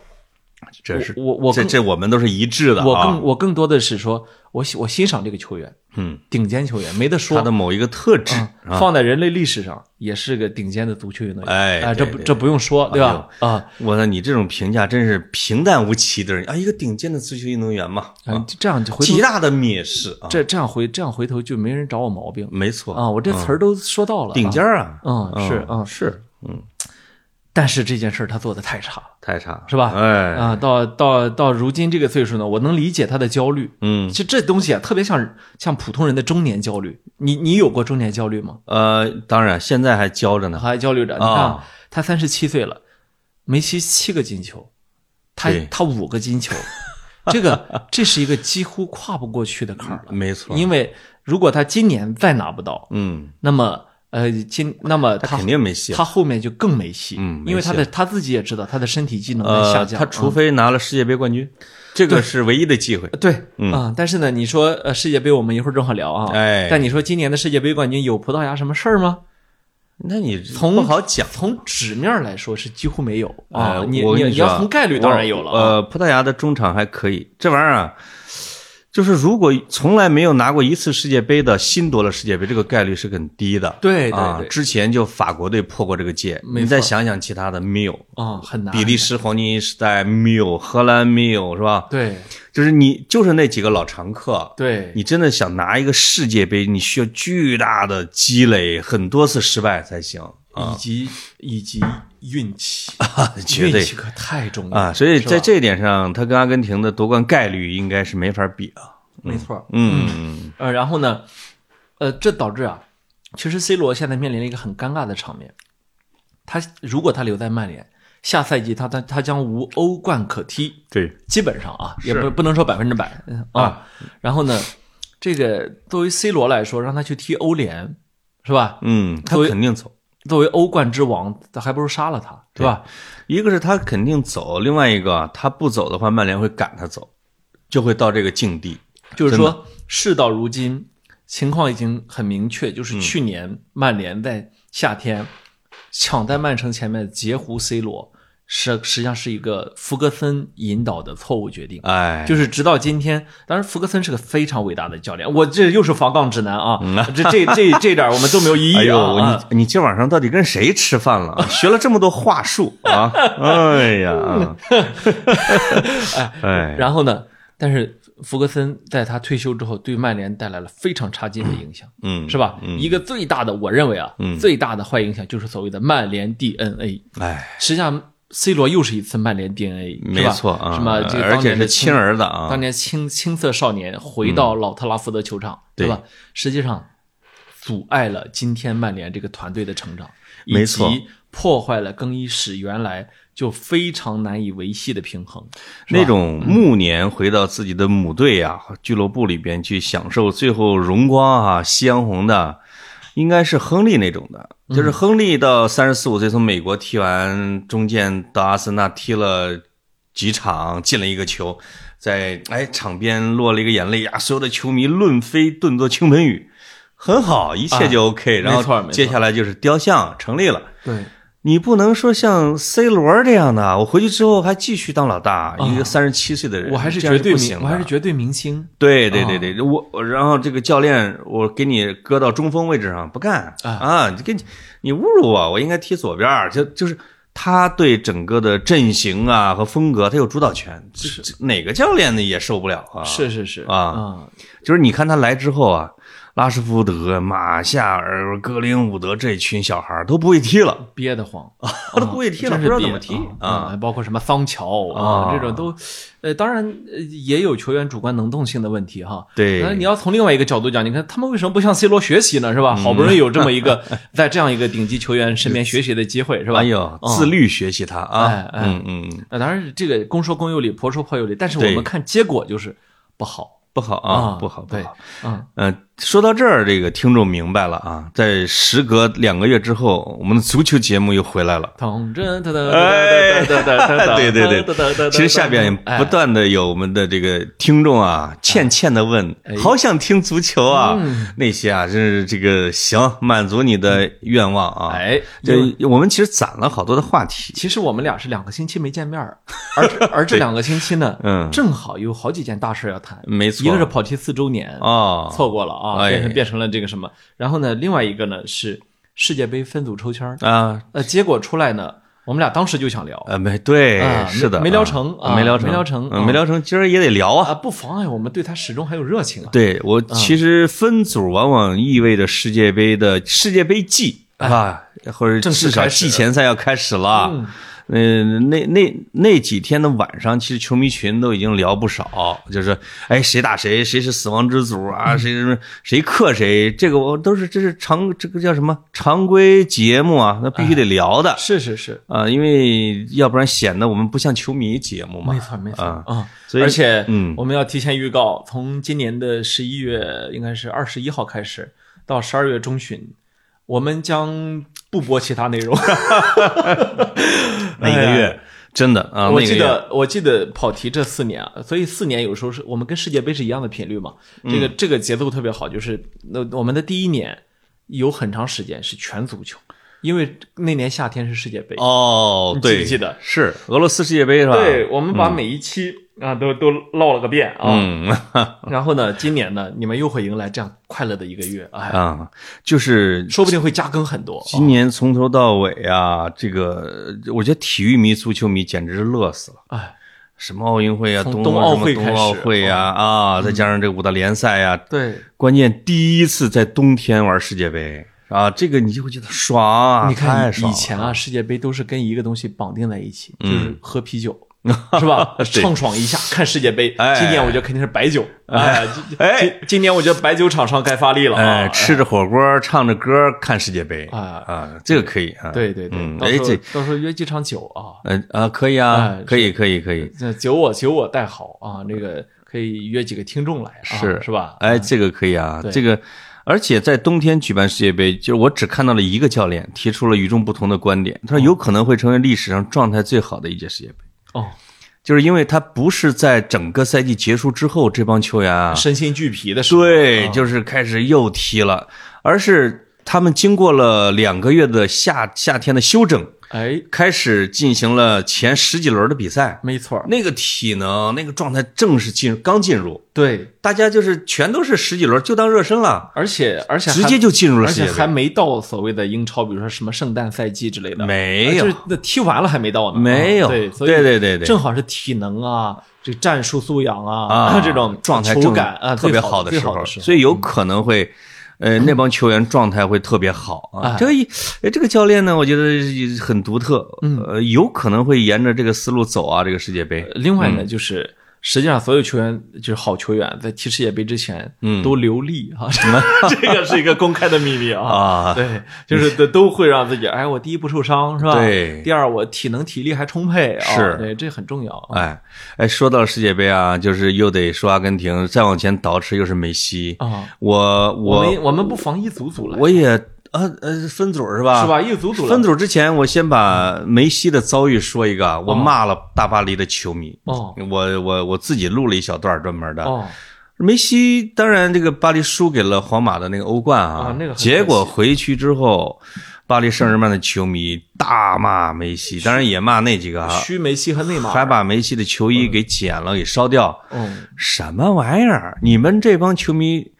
Speaker 3: 这是
Speaker 1: 我我
Speaker 3: 这
Speaker 1: 更
Speaker 3: 这我们都是一致的
Speaker 1: 我
Speaker 3: 啊
Speaker 1: 更。我更多的是说，我喜我欣赏这个球员，
Speaker 3: 嗯，
Speaker 1: 顶尖球员，没得说
Speaker 3: 他的某一个特质
Speaker 1: 啊
Speaker 3: 啊，
Speaker 1: 放在人类历史上也是个顶尖的足球运动员，啊
Speaker 3: 哎
Speaker 1: 这
Speaker 3: 对
Speaker 1: 不
Speaker 3: 对哎
Speaker 1: 这不用说，对吧？啊，
Speaker 3: 我操，你这种评价真是平淡无奇的人啊！一个顶尖的足球运动员嘛，啊
Speaker 1: 嗯这样就回头
Speaker 3: 极大的蔑视啊，
Speaker 1: 这这样回这样回头就没人找我毛病
Speaker 3: 没错
Speaker 1: 啊！，我这词儿都说到了，
Speaker 3: 嗯顶尖
Speaker 1: 啊，
Speaker 3: 儿啊，
Speaker 1: 嗯是
Speaker 3: 嗯
Speaker 1: 嗯，
Speaker 3: 是
Speaker 1: 但是这件事儿他做的太差了，
Speaker 3: 太差了
Speaker 1: 是吧？
Speaker 3: 哎，
Speaker 1: 啊，到到到如今这个岁数呢，我能理解他的焦虑，
Speaker 3: 嗯，
Speaker 1: 其实这东西啊，特别像像普通人的中年焦虑。你你有过中年焦虑吗？
Speaker 3: 呃，当然现在还教着呢，
Speaker 1: 还焦虑着。你看，
Speaker 3: 啊
Speaker 1: 他三十七岁了，梅西七个进球，他
Speaker 3: 对
Speaker 1: 他五个金球，这个这是一个几乎跨不过去的坎儿了。
Speaker 3: 嗯没错，
Speaker 1: 因为如果他今年再拿不到，
Speaker 3: 嗯，
Speaker 1: 那么呃今那么
Speaker 3: 他
Speaker 1: 他
Speaker 3: 肯定没戏了。
Speaker 1: 他后面就更没戏，
Speaker 3: 嗯没戏
Speaker 1: 因为他的他自己也知道他的身体机能在
Speaker 3: 呃，
Speaker 1: 下降。嗯
Speaker 3: 他除非拿了世界杯冠军，这个是唯一的忌讳。
Speaker 1: 对，啊，但是呢，你说呃，世界杯我们一会儿正好聊啊，
Speaker 3: 嗯哎
Speaker 1: 但你说今年的世界杯冠军有葡萄牙什么事儿吗？
Speaker 3: 那你
Speaker 1: 从
Speaker 3: 不好讲。
Speaker 1: 从纸面来说是几乎没有啊，
Speaker 3: 呃
Speaker 1: 你
Speaker 3: 我跟
Speaker 1: 你
Speaker 3: 说啊
Speaker 1: 要从概率当然有了
Speaker 3: 我
Speaker 1: 啊，
Speaker 3: 呃，葡萄牙的中场还可以，这玩意儿啊，就是如果从来没有拿过一次世界杯的，新夺了世界杯，这个概率是很低的。
Speaker 1: 对对
Speaker 3: 啊
Speaker 1: 对，
Speaker 3: 之前就法国队破过这个界，
Speaker 1: 没
Speaker 3: 你再
Speaker 1: 错
Speaker 3: 想想其他的没有，
Speaker 1: 啊，很难。
Speaker 3: 比利时黄金时代没有，荷兰没有，是吧？
Speaker 1: 对
Speaker 3: 就是你就是那几个老常客。
Speaker 1: 对，
Speaker 3: 你真的想拿一个世界杯，你需要巨大的积累，很多次失败才行
Speaker 1: 以及以及运气，
Speaker 3: (laughs) 啊！绝
Speaker 1: 运
Speaker 3: 对
Speaker 1: 气可太重要了
Speaker 3: 啊，所以
Speaker 1: 是
Speaker 3: 在
Speaker 1: 吧
Speaker 3: 这一点上，他跟阿根廷的夺冠概率应该是没法比了。
Speaker 1: 没错。
Speaker 3: 嗯，
Speaker 1: 呃，然后呢，呃，这导致啊，其实 C 罗现在面临了一个很尴尬的场面。他如果他留在曼联，下赛季他他他将无欧冠可踢，
Speaker 3: 对，
Speaker 1: 基本上啊，也
Speaker 3: 是
Speaker 1: 不不能说百分之百嗯啊。然后呢，这个作为 C 罗来说，让他去踢欧联，是吧？
Speaker 3: 嗯，他
Speaker 1: 作为
Speaker 3: 肯定走。
Speaker 1: 作为欧冠之王，他还不如杀了他，是吧？
Speaker 3: 一个是他肯定走，另外一个他不走的话，曼联会赶他走，就会到这个境地。
Speaker 1: 就是
Speaker 3: 真的
Speaker 1: 说，事到如今，情况已经很明确，
Speaker 3: 嗯
Speaker 1: 就是去年曼联在夏天抢在曼城前面的截胡 C 罗，实实际上是一个福格森引导的错误决定。
Speaker 3: 哎，
Speaker 1: 就是直到今天，当然福格森是个非常伟大的教练，我这又是防杠指南啊，这这这这点我们都没有异
Speaker 3: 嗯 (laughs) 哎
Speaker 1: 议啊。
Speaker 3: 呦，
Speaker 1: 啊
Speaker 3: 你你今晚上到底跟谁吃
Speaker 1: (laughs)
Speaker 3: 饭了？学了这么多话术啊！哎呀，哎，
Speaker 1: 然后呢，但是福格森在他退休之后，对曼联带来了非常差劲的影响。
Speaker 3: 嗯，
Speaker 1: 是？吧？一个最大的，我认为啊，最大的坏影响就是所谓的曼联 DNA。
Speaker 3: 哎，
Speaker 1: 实际上，C 罗又是一次曼联 DNA，
Speaker 3: 没错啊，
Speaker 1: 是吧？什么这个
Speaker 3: 而
Speaker 1: 当
Speaker 3: 且
Speaker 1: 年
Speaker 3: 是
Speaker 1: 的
Speaker 3: 亲，儿子啊
Speaker 1: 当，年青青涩少年回到老特拉福德球场，
Speaker 3: 对
Speaker 1: 对吧？实际上，阻碍了今天曼联这个团队的成长，
Speaker 3: 没错
Speaker 1: 以及破坏了更衣室原来就非常难以维系的平衡。是吧
Speaker 3: 那种暮年回到自己的母队啊、俱乐部里边去享受最后荣光啊、夕阳红的，应该是亨利那种的。
Speaker 1: 嗯
Speaker 3: 就是亨利到三十四五岁从美国踢完，中间到阿森纳踢了几场，进了一个球，在哎场边落了一个眼泪啊，所有的球迷论飞，顿作倾盆雨，很好，一切就 OK、
Speaker 1: 啊没
Speaker 3: 然
Speaker 1: 错
Speaker 3: 后
Speaker 1: 没错
Speaker 3: 接下来就是雕像成立了。
Speaker 1: 对，
Speaker 3: 你不能说像 C 罗这样的，我回去之后还继续当老大，一个三十七岁的人，
Speaker 1: 啊我还是
Speaker 3: 这样
Speaker 1: 绝
Speaker 3: 是
Speaker 1: 对
Speaker 3: 不
Speaker 1: 明
Speaker 3: 行，的。
Speaker 1: 我还是绝对啊明星。
Speaker 3: 对对对对，我我然后这个教练，我给你搁到中锋位置上，不干
Speaker 1: 啊
Speaker 3: 啊！你跟你你侮辱我，我应该踢左边儿，就就是他对整个的阵型啊和风格，他有主导权，这这哪个教练呢也受不了啊！
Speaker 1: 是是是
Speaker 3: 啊就是你看他来之后啊，拉什福德、马夏尔、格林伍德这群小孩儿都不会踢了。
Speaker 1: 憋得慌，
Speaker 3: (laughs) 都不会踢了
Speaker 1: 啊真是
Speaker 3: 不知道怎么
Speaker 1: 憋
Speaker 3: 踢
Speaker 1: 啊！包括什么桑乔
Speaker 3: 啊
Speaker 1: 啊，这种都，呃，当然呃也有球员主观能动性的问题哈。
Speaker 3: 对
Speaker 1: 那你要从另外一个角度讲，你看他们为什么不向 C 罗学习呢？是吧？好不容易有这么一个在这样一个顶级球员身边学习的机会，是吧
Speaker 3: 哎？呦，自律学习他啊，
Speaker 1: 嗯哎哎
Speaker 3: 嗯嗯，
Speaker 1: 那当然，这个公说公有理，婆说婆有理，但是我
Speaker 3: 对
Speaker 1: 们看结果就是不好
Speaker 3: 不好啊，不好不
Speaker 1: 对
Speaker 3: 好。，
Speaker 1: 嗯，
Speaker 3: 呃，说到这儿，这个听众明白了啊，在时隔两个月之后，我们的足球节目又回
Speaker 1: (laughs)
Speaker 3: 来了。
Speaker 1: 当真的
Speaker 3: 哎
Speaker 1: 的的的的的，
Speaker 3: 对对 (laughs) 对，其实下边不
Speaker 1: 哎
Speaker 3: 断的有我们的这个听众啊，欠欠的问，
Speaker 1: 哎
Speaker 3: 好想听足球啊，
Speaker 1: 嗯
Speaker 3: 那些啊，真是这个行，满足你的愿望啊。
Speaker 1: 哎，因为
Speaker 3: 这我们其实攒了好多的话题，
Speaker 1: 其实我们俩是两个星期没见面儿，而这而这两个星期呢，
Speaker 3: 嗯
Speaker 1: 正好有好几件大事要谈，
Speaker 3: 没错
Speaker 1: 一个是跑题四周年，
Speaker 3: 啊，
Speaker 1: 错过了啊，
Speaker 3: 哎
Speaker 1: 变成变成了这个什么，然后呢，另外一个呢是世界杯分组抽签儿，
Speaker 3: 啊，
Speaker 1: 呃，结果出来呢，我们俩当时就想聊
Speaker 3: 呃，没对
Speaker 1: 啊，
Speaker 3: 是的，
Speaker 1: 没没聊成
Speaker 3: 啊
Speaker 1: 啊
Speaker 3: 没聊成，
Speaker 1: 没聊成
Speaker 3: 嗯
Speaker 1: 啊
Speaker 3: 没聊成，今儿也得聊啊。
Speaker 1: 啊，不妨碍我们对他始终还有热情啊，
Speaker 3: 对我其实分组往往意味着世界杯的世界杯季啊，或者
Speaker 1: 哎正式
Speaker 3: 至少
Speaker 1: 开始
Speaker 3: 季前赛要开始了。嗯，那那那几天的晚上，其实球迷群都已经聊不少，就是哎谁打谁，谁是死亡之组啊，谁什么谁克谁，这个我都是这是常这个叫什么常规节目啊，那必
Speaker 1: 哎
Speaker 3: 须得聊的。
Speaker 1: 是是是，
Speaker 3: 啊，因为要不然显得我们不像球迷节目嘛。
Speaker 1: 没错没错
Speaker 3: 啊，
Speaker 1: 啊，
Speaker 3: 所以
Speaker 1: 而且
Speaker 3: 嗯
Speaker 1: 我们要提前预告，从今年的十一月应该是二十一号开始，到十二月中旬，我们将不播其他内容。
Speaker 3: 那一个
Speaker 1: 哎呀
Speaker 3: 月真的啊，
Speaker 1: 我
Speaker 3: 那
Speaker 1: 记
Speaker 3: 个也
Speaker 1: 得我记得跑题这四年啊，所以四年有时候是我们跟世界杯是一样的频率嘛。这个、这个节奏特别好，就是那我们的第一年有很长时间是全足球，因为那年夏天是世界杯。
Speaker 3: 哦，
Speaker 1: 你记不
Speaker 3: 对，
Speaker 1: 记得
Speaker 3: 是俄罗斯世界杯是吧？
Speaker 1: 对，，嗯我们把每一期、啊都都唠了个遍啊。
Speaker 3: 嗯
Speaker 1: 然后呢，今年呢，你们又会迎来这样快乐的一个月，哎，
Speaker 3: 啊，就是
Speaker 1: 说不定会加更很多。哦
Speaker 3: 今年从头到尾啊，这个我觉得体育迷、足球迷简直是乐死了。
Speaker 1: 哎，
Speaker 3: 什么奥运会啊，
Speaker 1: 从
Speaker 3: 冬
Speaker 1: 冬奥会
Speaker 3: 什么
Speaker 1: 开
Speaker 3: 冬
Speaker 1: 始嗯
Speaker 3: 奥会啊啊，再加上这个五大联赛啊，
Speaker 1: 对，
Speaker 3: 关键第一次在冬天玩世界杯啊，这个你就会觉得爽啊，
Speaker 1: 你看
Speaker 3: 太爽
Speaker 1: 以
Speaker 3: 了
Speaker 1: 前啊，世界杯都是跟一个东西绑定在一起，就
Speaker 3: 嗯
Speaker 1: 是喝啤酒。是
Speaker 3: (laughs)
Speaker 1: 吧？
Speaker 3: 对
Speaker 1: 畅爽一下，看世界杯。
Speaker 3: 哎
Speaker 1: 今年我觉得肯定是白
Speaker 3: (laughs)
Speaker 1: 酒，哎，今
Speaker 3: 哎
Speaker 1: 今今年我觉得白酒厂商该发力了啊！
Speaker 3: 哎，吃着火锅，唱着歌，看世界杯
Speaker 1: 哎
Speaker 3: 啊，这个可以啊，
Speaker 1: 对对对，
Speaker 3: 嗯
Speaker 1: 到
Speaker 3: 哎
Speaker 1: 时候
Speaker 3: 这，
Speaker 1: 到时候约几场酒啊，
Speaker 3: 呃啊，可以啊
Speaker 1: 哎，
Speaker 3: 可以可以可以，
Speaker 1: 这酒我酒我带好啊，那个可以约几个听众来啊，
Speaker 3: 是
Speaker 1: 是吧？
Speaker 3: 哎，这个可以啊，
Speaker 1: 对
Speaker 3: 这个，而且在冬天举办世界杯，就是我只看到了一个教练提出了与众不同的观点，
Speaker 1: 嗯
Speaker 3: 他说有可能会成为历史上状态最好的一届世界杯，
Speaker 1: 哦，
Speaker 3: 就是因为他不是在整个赛季结束之后，这帮球员啊，
Speaker 1: 身心俱疲的时候，
Speaker 3: 对，就是开始又踢了，而是他们经过了两个月的夏夏天的休整，
Speaker 1: 哎，
Speaker 3: 开始进行了前十几轮的比赛，
Speaker 1: 没错儿，
Speaker 3: 那个体能那个状态正是进刚进入。
Speaker 1: 对，
Speaker 3: 大家就是全都是十几轮，就当热身了。
Speaker 1: 而且而且还
Speaker 3: 直接就进入了
Speaker 1: 而
Speaker 3: 世
Speaker 1: 且
Speaker 3: 界杯，
Speaker 1: 还没到所谓的英超，比如说什么圣诞赛季之类的，
Speaker 3: 没
Speaker 1: 就
Speaker 3: 有
Speaker 1: 是那踢完了还没到呢，
Speaker 3: 没有
Speaker 1: 啊对，所以
Speaker 3: 对对对对
Speaker 1: 正好是体能啊，这战术素养啊，
Speaker 3: 啊
Speaker 1: (laughs) 这种
Speaker 3: 状态
Speaker 1: 球
Speaker 3: 正
Speaker 1: 感啊，
Speaker 3: 特别
Speaker 1: 最
Speaker 3: 好
Speaker 1: 好
Speaker 3: 的
Speaker 1: 最
Speaker 3: 时候，
Speaker 1: 的时候，嗯
Speaker 3: 所以有可能会。呃，那帮球员状态会特别好啊
Speaker 1: 哎！
Speaker 3: 这一，哎，这个教练呢，我觉得也很独特，
Speaker 1: 嗯
Speaker 3: 呃，有可能会沿着这个思路走啊，这个世界杯。
Speaker 1: 另外呢，就是实际上所有球员就是好球员，在踢世界杯之前，嗯，都流利啊， (laughs) 这个是一个公开的秘密
Speaker 3: 啊
Speaker 1: 啊。对，就是都都会让自己，哎，我第一不受伤是吧？
Speaker 3: 对
Speaker 1: 第二我体能体力还充沛啊，
Speaker 3: 是
Speaker 1: 对，这很重要啊。
Speaker 3: 哎，哎，说到世界杯啊，就是又得说阿根廷，再往前倒饬又是梅西。
Speaker 1: 啊，
Speaker 3: 我
Speaker 1: 我们
Speaker 3: 我
Speaker 1: 我们不妨一组组来，
Speaker 3: 我也啊呃分组是吧？
Speaker 1: 是？吧？一组组来
Speaker 3: 分组之前，我先把梅西的遭遇说一个啊，我骂了大巴黎的球迷。
Speaker 1: 哦
Speaker 3: 我我我自己录了一小段专门的。
Speaker 1: 哦，
Speaker 3: 梅西当然这个巴黎输给了皇马的那个欧冠啊，
Speaker 1: 啊那个很可惜
Speaker 3: 结果回去之后，巴黎圣日耳曼的球迷大骂梅西，当然也骂那几个啊，
Speaker 1: 虚梅西和内马
Speaker 3: 还
Speaker 1: 尔，
Speaker 3: 把梅西的球衣给剪了，给烧掉。
Speaker 1: 嗯，
Speaker 3: 什么玩意儿？你们这帮球迷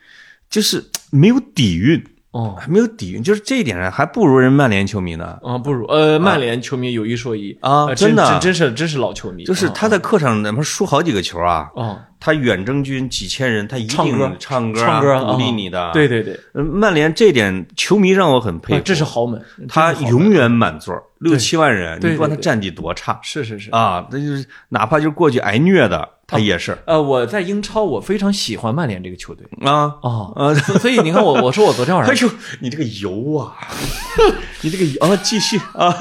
Speaker 3: 就是嘖没有底蕴，
Speaker 1: 哦。
Speaker 3: 没有底蕴，就是这一点上还不如人曼联球迷呢。
Speaker 1: 啊，不如呃，曼联球迷有一说一
Speaker 3: 啊
Speaker 1: 呃
Speaker 3: 真的
Speaker 1: 真真是真是老球迷，
Speaker 3: 就是他在客场怎么输好几个球啊？
Speaker 1: 哦，
Speaker 3: 他远征军几千人，他一定
Speaker 1: 唱歌
Speaker 3: 唱歌啊
Speaker 1: 唱歌啊
Speaker 3: 鼓励你的。
Speaker 1: 对对对，
Speaker 3: 呃，曼联这点球迷让我很佩
Speaker 1: 啊
Speaker 3: 服，
Speaker 1: 这是豪门，
Speaker 3: 他
Speaker 1: 这是豪门
Speaker 3: 永远满座，六七万人，
Speaker 1: 对
Speaker 3: 你管
Speaker 1: 对
Speaker 3: 他
Speaker 1: 对
Speaker 3: 战绩多差
Speaker 1: 是是是。
Speaker 3: 啊，那就是哪怕就是过去挨虐的，他也是
Speaker 1: 呃，我在英超，我非常喜欢曼联这个球队
Speaker 3: 啊。
Speaker 1: 啊，
Speaker 3: 呃，
Speaker 1: 所所以你看我，我说我昨天晚
Speaker 3: (laughs) 哎
Speaker 1: 上
Speaker 3: 呦，你这个油 (laughs) 啊，你这个油啊，继续啊，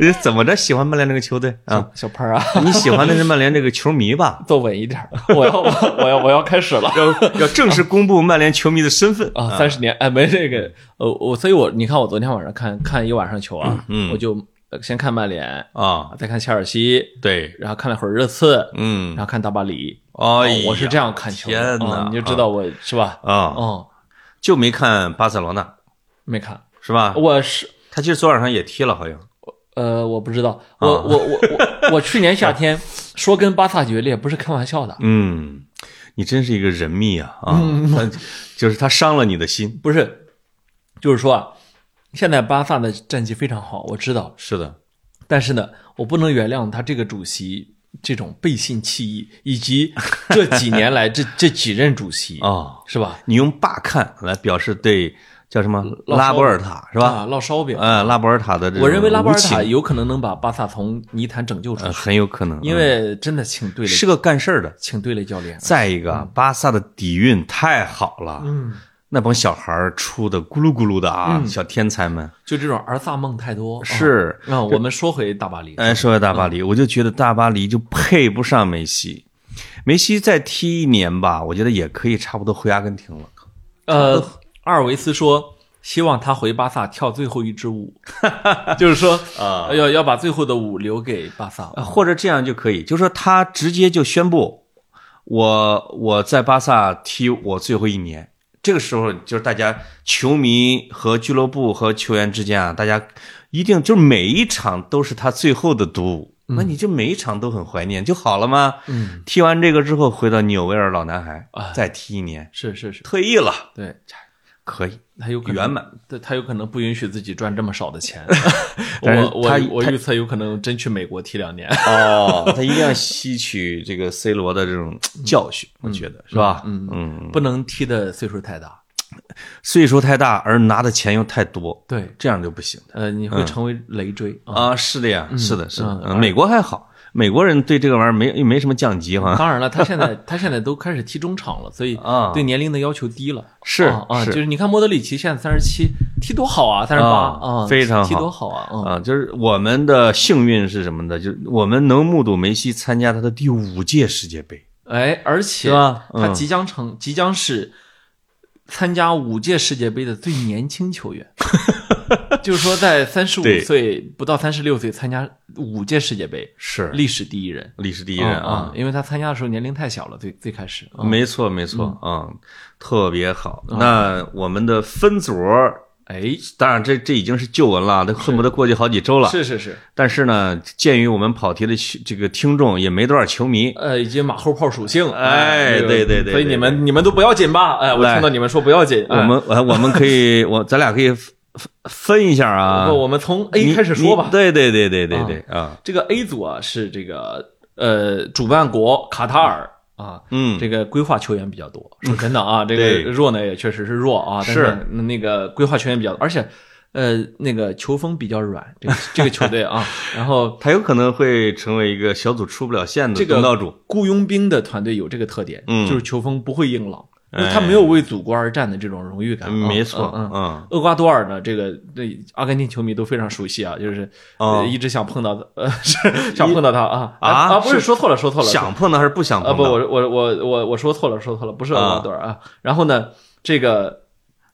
Speaker 3: 你怎么着喜欢曼联这个球队啊？
Speaker 1: 小小潘儿啊，
Speaker 3: (laughs) 你喜欢的是曼联这个球迷吧？ (laughs)
Speaker 1: 坐稳一点儿，我要我我要我要开始了
Speaker 3: 要要正式公布曼联球迷的身份
Speaker 1: 啊，三十年哎，没这
Speaker 3: 嗯
Speaker 1: 个呃，我所以我你看我昨天晚上看看一晚上球啊，
Speaker 3: 嗯嗯
Speaker 1: 我就呃先看曼联，
Speaker 3: 啊！
Speaker 1: 再看切尔西，
Speaker 3: 对，
Speaker 1: 然后看了会儿热刺，
Speaker 3: 嗯
Speaker 1: 然，后看大巴黎，哦
Speaker 3: 哎呀，
Speaker 1: 我是这样看球的，
Speaker 3: 天哪
Speaker 1: 啊你就知道我是吧？
Speaker 3: 啊，
Speaker 1: 哦，
Speaker 3: 就没看巴塞罗那
Speaker 1: 没看，
Speaker 3: 是吧？
Speaker 1: 我是
Speaker 3: 他其实昨晚上也踢了，好像。
Speaker 1: 呃，我不知
Speaker 3: 啊
Speaker 1: 道，我我我我我去年夏
Speaker 3: (laughs)
Speaker 1: 天说跟巴萨决裂不是开玩笑的，
Speaker 3: 嗯，你真是一个人密啊啊！他就是他伤了你的心。
Speaker 1: 不是，就是说啊，现在巴萨的战绩非常好，我知道，
Speaker 3: 是的，
Speaker 1: 但是呢，我不能原谅他这个主席这种背信弃义，以及这几年来这这几任主席
Speaker 3: 啊、
Speaker 1: 是吧？
Speaker 3: 你用“罢看”来表示对叫什么
Speaker 1: 老
Speaker 3: 拉
Speaker 1: 烧
Speaker 3: 波尔塔是吧？
Speaker 1: 啊，烙烧饼。
Speaker 3: 呃，拉波尔塔的这种
Speaker 1: 我认为拉波尔塔
Speaker 3: 无情
Speaker 1: 有可能能把巴萨从泥潭拯救出
Speaker 3: 呃
Speaker 1: 去，
Speaker 3: 很有可能，
Speaker 1: 因
Speaker 3: 嗯
Speaker 1: 为真的请对了，
Speaker 3: 是个干事儿的。
Speaker 1: 请对了教练。
Speaker 3: 再一个啊，巴萨的底蕴太好了，
Speaker 1: 嗯，
Speaker 3: 那帮小孩儿出的咕噜咕噜的啊，小天才们
Speaker 1: 就这种儿萨梦太多。
Speaker 3: 是。
Speaker 1: 啊，我们说回大巴黎。
Speaker 3: 哎，说到大
Speaker 1: 嗯
Speaker 3: 巴黎，我就觉得大巴黎就配不上梅西，梅西再踢一年吧，我觉得也可以差不多回阿根廷了。
Speaker 1: 呃，阿尔维斯说，希望他回巴萨跳最后一支
Speaker 3: (laughs)
Speaker 1: 舞，就是说
Speaker 3: 啊
Speaker 1: 要要把最后的舞留给巴萨。
Speaker 3: 呃或者这样就可以，就是说他直接就宣布，我我在巴萨踢我最后一年。这个时候就是大家球迷和俱乐部和球员之间啊，大家一定就是每一场都是他最后的独舞，那你就每一场都很怀念就好了吗？
Speaker 1: 嗯，
Speaker 3: 踢完这个之后回到纽维尔老男孩
Speaker 1: 啊，
Speaker 3: 再踢一年，
Speaker 1: 是是是，
Speaker 3: 退役了
Speaker 1: 对
Speaker 3: 可以
Speaker 1: 他有可能
Speaker 3: 圆满。
Speaker 1: 对他有可能不允许自己赚这么少的钱。
Speaker 3: (laughs) 但是
Speaker 1: 我我
Speaker 3: 他
Speaker 1: 我
Speaker 3: 他
Speaker 1: 预测有可能真去美国踢两年。
Speaker 3: 哦，他一定要吸取这个 C 罗的这种教训，我觉得是吧？
Speaker 1: (laughs) 嗯
Speaker 3: 嗯，
Speaker 1: 不能踢的岁数太大。
Speaker 3: 岁数太大而拿的钱又太多，
Speaker 1: 对，
Speaker 3: 这样就不行
Speaker 1: 呃，你
Speaker 3: 嗯
Speaker 1: 会成为累赘啊。
Speaker 3: 啊！是的呀，是的，是的
Speaker 1: 嗯。
Speaker 3: 嗯美国还好，美国人对这个玩意儿没没什么降级，好像
Speaker 1: 当然了，他现在他现在都开始踢中场了，所以
Speaker 3: 啊
Speaker 1: 对年龄的要求低了。
Speaker 3: 是
Speaker 1: 啊，啊
Speaker 3: 是
Speaker 1: 就是你看莫德里奇现在三十七，踢多好啊，三十八
Speaker 3: 啊
Speaker 1: 啊，
Speaker 3: 非常
Speaker 1: 踢
Speaker 3: 好
Speaker 1: 多好啊，嗯，
Speaker 3: 啊。就是我们的幸运是什么呢？就是我们能目睹梅西参加他的第五届世界杯，
Speaker 1: 哎，而且
Speaker 3: 是吧嗯
Speaker 1: 他即将成即将是参加五届世界杯的最年轻球
Speaker 3: (laughs)
Speaker 1: 员，就是说在三十五
Speaker 3: 对
Speaker 1: 岁不到三十六岁参加五届世界杯，
Speaker 3: 是
Speaker 1: 历史第一人。
Speaker 3: 历史第一人
Speaker 1: 啊
Speaker 3: 啊！，嗯
Speaker 1: 因为他参加的时候年龄太小了，最最开始啊
Speaker 3: 没错，没错，嗯，特别好。
Speaker 1: 嗯
Speaker 3: 那我们的分组儿，
Speaker 1: 哎，
Speaker 3: 当然这这已经是旧闻了，都恨不得过去好几周了。
Speaker 1: 是是是，
Speaker 3: 但是呢，鉴于我们跑题的这个听众也没多少球迷，
Speaker 1: 呃，以及马后炮属性，
Speaker 3: 哎
Speaker 1: 这个
Speaker 3: 对对对
Speaker 1: 所以
Speaker 3: 对
Speaker 1: 你们你们都不要紧吧？哎，我
Speaker 3: 来
Speaker 1: 听到你们说不要紧，
Speaker 3: 我
Speaker 1: 哎
Speaker 3: 们我我们可以，我咱俩可以分分一下啊。
Speaker 1: 哎不我们从 A
Speaker 3: 你
Speaker 1: 开始说
Speaker 3: 你
Speaker 1: 吧。
Speaker 3: 对对对对对对啊，
Speaker 1: 这个 A 组啊是这个呃主办国卡塔尔啊，
Speaker 3: 嗯，
Speaker 1: 这个规划球员比较多，说真的啊，这
Speaker 3: 对
Speaker 1: 个弱呢也确实是弱啊，但
Speaker 3: 是
Speaker 1: 那个规划球员比较多，而且呃那个球风比较软，这个这个球队
Speaker 3: (laughs)
Speaker 1: 啊，然后。
Speaker 3: 他有可能会成为一个小组出不了线的
Speaker 1: 这个
Speaker 3: 东道主。
Speaker 1: 雇佣兵的团队有这个特点，
Speaker 3: 嗯
Speaker 1: 就是球风不会硬朗，因为
Speaker 3: 哎
Speaker 1: 他没有为祖国而战的这种荣誉感。啊
Speaker 3: 没错，
Speaker 1: 嗯，嗯
Speaker 3: 嗯，
Speaker 1: 厄瓜多尔呢，这个对阿根廷球迷都非常熟悉啊，就是、
Speaker 3: 哦
Speaker 1: 呃一直想碰到的，呃，是想碰到他啊
Speaker 3: 啊
Speaker 1: 啊，不是
Speaker 3: 是
Speaker 1: 说错了，说错了，
Speaker 3: 想碰到还是不想
Speaker 1: 啊
Speaker 3: 碰
Speaker 1: 不，
Speaker 3: 到？
Speaker 1: 我我我我我说错了，说错了，不是厄瓜多尔啊。然后呢，这个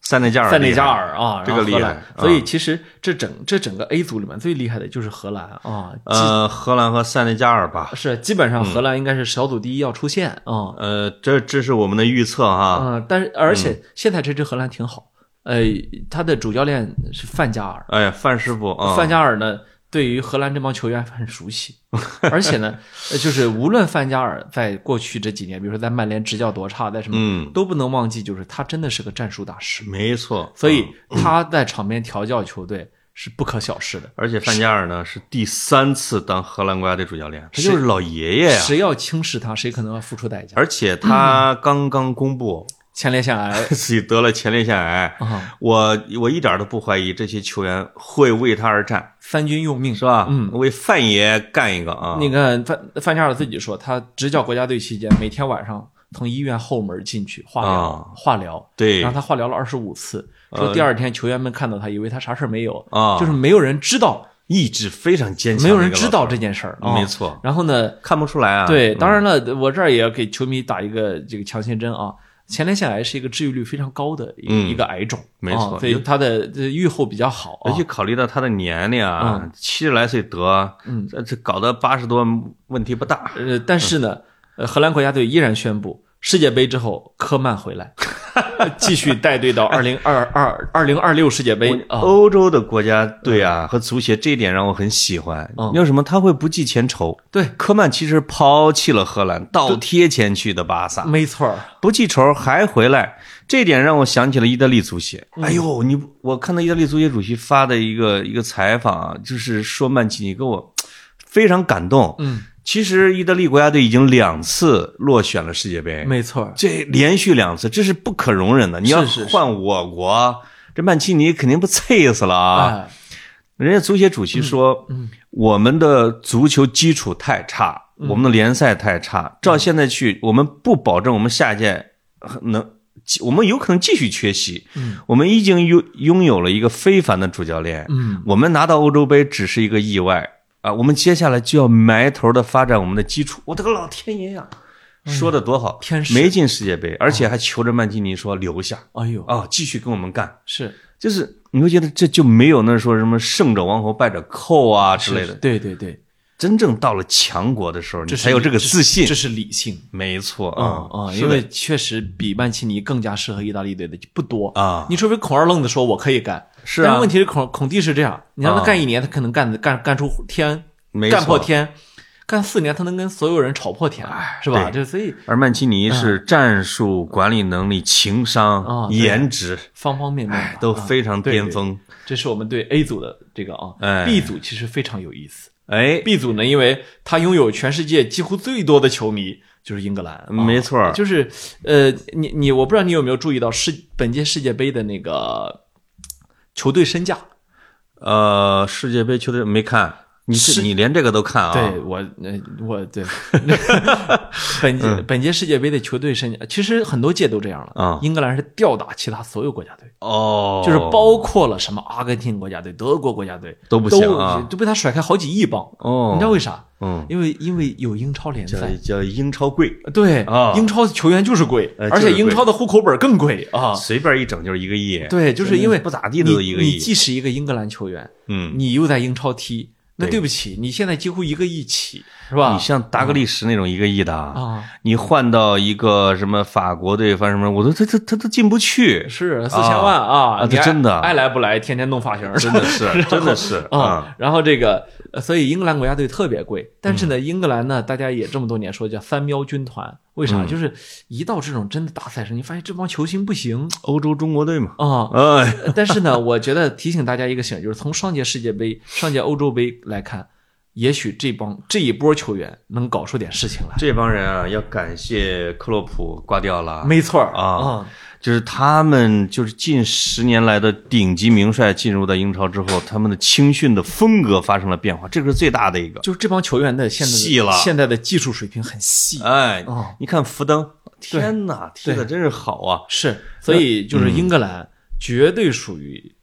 Speaker 3: 塞内加尔，
Speaker 1: 塞内加，尔啊，
Speaker 3: 这个
Speaker 1: 然后荷兰
Speaker 3: 厉害
Speaker 1: 所以
Speaker 3: 啊
Speaker 1: 其实这整这整个 A 组里面最厉害的就是荷兰啊，基
Speaker 3: 呃，荷兰和塞内加尔吧。
Speaker 1: 是基本
Speaker 3: 嗯
Speaker 1: 上荷兰应该是小组第一要出线啊。
Speaker 3: 呃，这这是我们的预测哈。
Speaker 1: 嗯，但是而且现在这支荷兰挺好，呃，他的主教练是范加尔，
Speaker 3: 哎呀，范师傅啊，
Speaker 1: 范加尔呢，对于荷兰这帮球员很熟悉，而且呢，呃就是无论范加尔在过去这几年，比如说在曼联执教多差，在什么、
Speaker 3: 嗯
Speaker 1: 都不能忘记，就是他真的是个战术大师，
Speaker 3: 没错。
Speaker 1: 所
Speaker 3: 嗯
Speaker 1: 以他在场边调教球队是不可小视的。
Speaker 3: 而且范加尔呢是第三次当荷兰国家队主教练，他就是老爷爷呀。
Speaker 1: 谁要轻视他，谁可能要付出代价。
Speaker 3: 而且
Speaker 1: 嗯
Speaker 3: 他刚刚公布
Speaker 1: 前列腺
Speaker 3: (laughs)
Speaker 1: 癌
Speaker 3: 自己得了前列腺癌，
Speaker 1: 啊，
Speaker 3: 我我一点都不怀疑这些球员会为他而战，
Speaker 1: 三军用命
Speaker 3: 是吧？
Speaker 1: 嗯
Speaker 3: 为范爷干一个啊！
Speaker 1: 那个范范加尔自己说，他执教国家队期间，每天晚上从医院后门进去化疗，
Speaker 3: 啊
Speaker 1: 化疗，
Speaker 3: 对
Speaker 1: 然后他化疗了二十五次，说第二天球员们看到他，以为他啥事儿没有，
Speaker 3: 呃啊
Speaker 1: 就是没有人知道，
Speaker 3: 意志非常坚强，
Speaker 1: 没有人知道这件事儿，
Speaker 3: 那
Speaker 1: 啊
Speaker 3: 个老头，哦没。错，
Speaker 1: 然后呢，
Speaker 3: 看不出来啊。
Speaker 1: 对，
Speaker 3: 嗯
Speaker 1: 当然了，我这儿也要给球迷打一个这个强心针啊。前列腺癌是一个治愈率非常高的一个
Speaker 3: 嗯
Speaker 1: 一个癌种，
Speaker 3: 没错哎
Speaker 1: 啊所以它的这愈后比较好啊
Speaker 3: 尤其考虑到他的年龄啊，七十来岁得，
Speaker 1: 嗯
Speaker 3: 这这搞得八十多问题不大。
Speaker 1: 呃，但是呢，呃，荷兰国家队依然宣布世界杯之后科曼回
Speaker 3: (laughs)
Speaker 1: 来，继续带队到二零二二二零二六世界杯啊。
Speaker 3: 欧洲的国家队啊和足协这一点让我很喜欢
Speaker 1: 嗯，
Speaker 3: 为什么他会不计前仇？
Speaker 1: 对
Speaker 3: 科曼其实抛弃了荷兰，倒贴前去的巴萨，
Speaker 1: 没错儿，
Speaker 3: 不记仇还回来，这点让我想起了意大利足协。
Speaker 1: 嗯
Speaker 3: 哎呦，你我看到意大利足协主席发的一个一个采访啊，就是说曼奇尼，给我非常感动。
Speaker 1: 嗯，
Speaker 3: 其实意大利国家队已经两次落选了世界杯，
Speaker 1: 没错儿，
Speaker 3: 这连续两次，这是不可容忍的。你要
Speaker 1: 是是是
Speaker 3: 换我国，这曼奇尼肯定不 (laughs) 气死了啊！
Speaker 1: 哎，
Speaker 3: 人家足协主席说，
Speaker 1: 嗯
Speaker 3: 我们的足球基础太差，
Speaker 1: 嗯
Speaker 3: 我们的联赛太差，照现在去，我们不保证我们下一届能，我们有可能继续缺席。
Speaker 1: 嗯
Speaker 3: 我们已经拥拥有了一个非凡的主教练，
Speaker 1: 嗯，
Speaker 3: 我们拿到欧洲杯只是一个意外啊，我们接下来就要埋头的发展我们的基础。我的个老天爷呀！说的多好，
Speaker 1: 哎天使啊
Speaker 3: 没进世界杯，而且还求着曼基尼说留下
Speaker 1: 哎呦，
Speaker 3: 啊，继续跟我们干。
Speaker 1: 是
Speaker 3: 就是你会觉得这就没有那说什么胜者王侯败者寇啊之类
Speaker 1: 是
Speaker 3: 的。
Speaker 1: 对对对，
Speaker 3: 真正到了强国的时候，你
Speaker 1: 这是
Speaker 3: 才有这个自信
Speaker 1: 这。是理性
Speaker 3: 没错
Speaker 1: 啊
Speaker 3: 啊
Speaker 1: 啊，
Speaker 3: 是的
Speaker 1: 因为确实比曼奇尼更加适合意大利队的不多
Speaker 3: 啊
Speaker 1: 你除非孔二愣子说我可以干，
Speaker 3: 是
Speaker 1: 但
Speaker 3: 啊
Speaker 1: 是问，题是孔孔蒂是这样，你让他干一年，他可能干干干出天，
Speaker 3: 没错
Speaker 1: 干破天，干四年他能跟所有人吵破天，是吧？
Speaker 3: 哎对
Speaker 1: 这所以
Speaker 3: 而曼奇尼是战术管理能力、情
Speaker 1: 嗯啊
Speaker 3: 商、
Speaker 1: 对啊
Speaker 3: 颜值
Speaker 1: 方方面面吧
Speaker 3: 哎都
Speaker 1: 啊
Speaker 3: 非常
Speaker 1: 对
Speaker 3: 巅峰。
Speaker 1: 这是我们对 A 组的这个啊、
Speaker 3: 哎
Speaker 1: b 组其实非常有意思。
Speaker 3: 哎，
Speaker 1: B 组呢，因为他拥有全世界几乎最多的球迷，就是英格兰。啊
Speaker 3: 没错儿
Speaker 1: 就是呃，你你我不知道你有没有注意到世本届世界杯的那个球队身价。
Speaker 3: 呃，世界杯球队没看，你是你连这个都看啊？
Speaker 1: 对我，呃，我
Speaker 3: (laughs)
Speaker 1: 对 (laughs) 本届、本届世界杯的球队身价，其实很多届都这样了。
Speaker 3: 嗯啊
Speaker 1: 英格兰是吊打其他所有国家队，
Speaker 3: 哦，
Speaker 1: 就是包括了什么阿根廷国家队、德国国家队
Speaker 3: 都不行啊
Speaker 1: 都被他甩开好几亿镑。
Speaker 3: 哦
Speaker 1: 你知道为啥？
Speaker 3: 嗯，
Speaker 1: 因为因为有英超联
Speaker 3: 叫
Speaker 1: 赛，
Speaker 3: 叫英超贵，
Speaker 1: 对，
Speaker 3: 啊
Speaker 1: 英超球员就是贵，
Speaker 3: 呃
Speaker 1: 而且
Speaker 3: 就是
Speaker 1: 英超的户口本更贵啊。
Speaker 3: 随便一整就是一个亿。
Speaker 1: 对，就是因为
Speaker 3: 不咋地的都
Speaker 1: 你
Speaker 3: 一个
Speaker 1: 你
Speaker 3: 亿。
Speaker 1: 既是一个英格兰球员，
Speaker 3: 嗯，
Speaker 1: 你又在英超踢，那
Speaker 3: 对
Speaker 1: 对不起，你现在几乎一个亿起，是吧？
Speaker 3: 你像达格利什那种一个亿的
Speaker 1: 啊，
Speaker 3: 你换到一个什么法国队，反正什么，我都他他他都进不去，
Speaker 1: 是四千万啊！
Speaker 3: 啊
Speaker 1: 你爱
Speaker 3: 这真的
Speaker 1: 爱来不来，天天弄发型， (laughs)
Speaker 3: 真的 (laughs) 是真的是
Speaker 1: 啊
Speaker 3: 啊，
Speaker 1: 啊。然后这个，呃所以英格兰国家队特别贵，但是呢，英格兰呢，大家也这么多年说叫三喵军团，为啥？就是一到这种真的大赛时，你发现这帮球星不行
Speaker 3: 欧洲中国队嘛，
Speaker 1: 啊。
Speaker 3: 哎，
Speaker 1: 但是呢，我觉得提醒大家一个醒，就是从上届世界杯、上届欧洲杯来看，也许这帮这一波球员能搞出点事情来。
Speaker 3: 这帮人啊，要感谢克洛普挂掉了，
Speaker 1: 没错儿嗯
Speaker 3: 啊，就是他们就是近十年来的顶级名帅进入到英超之后，他们的青训的风格发生了变化，这个是最大的一个。
Speaker 1: 就是这帮球员的现在的
Speaker 3: 细了
Speaker 1: 现在的技术水平很细
Speaker 3: 哎
Speaker 1: 哦，
Speaker 3: 你看福登，天哪，踢的真是好啊！
Speaker 1: 是，所以就是
Speaker 3: 嗯
Speaker 1: 英格兰绝对属于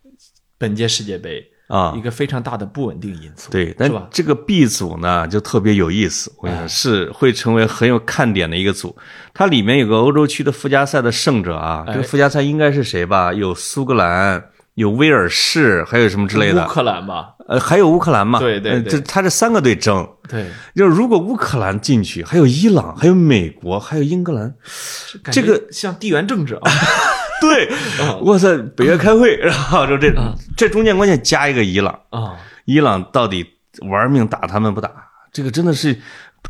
Speaker 1: 本届世界杯
Speaker 3: 啊
Speaker 1: 一，个非常大的不稳定因素。
Speaker 3: 对，
Speaker 1: 是
Speaker 3: 但
Speaker 1: 吧？哎
Speaker 3: 这个 B 组呢就特别有意思，我跟你说是会成为很有看点的一个组。它里面有个欧洲区的附加赛的胜者啊，这
Speaker 1: 哎
Speaker 3: 个附加赛应该是谁吧？有苏格兰，有威尔士，还有什么之类
Speaker 1: 乌
Speaker 3: 的，
Speaker 1: 克兰吧，
Speaker 3: 呃，还有乌克兰嘛？
Speaker 1: 对对
Speaker 3: 呃
Speaker 1: 对
Speaker 3: 这他这三个队争，
Speaker 1: 对，
Speaker 3: 就是如果乌克兰进去，还有伊朗，还有美国，还有英格兰，
Speaker 1: 感
Speaker 3: 这
Speaker 1: 觉
Speaker 3: 个
Speaker 1: 像地缘政治
Speaker 3: (laughs)
Speaker 1: 啊，
Speaker 3: 对，
Speaker 1: 哦
Speaker 3: 哇塞，北约开会，然后就这
Speaker 1: 嗯
Speaker 3: 这中间关键加一个伊朗。
Speaker 1: 啊，
Speaker 3: 伊朗到底玩命打他们不打？这个真的是，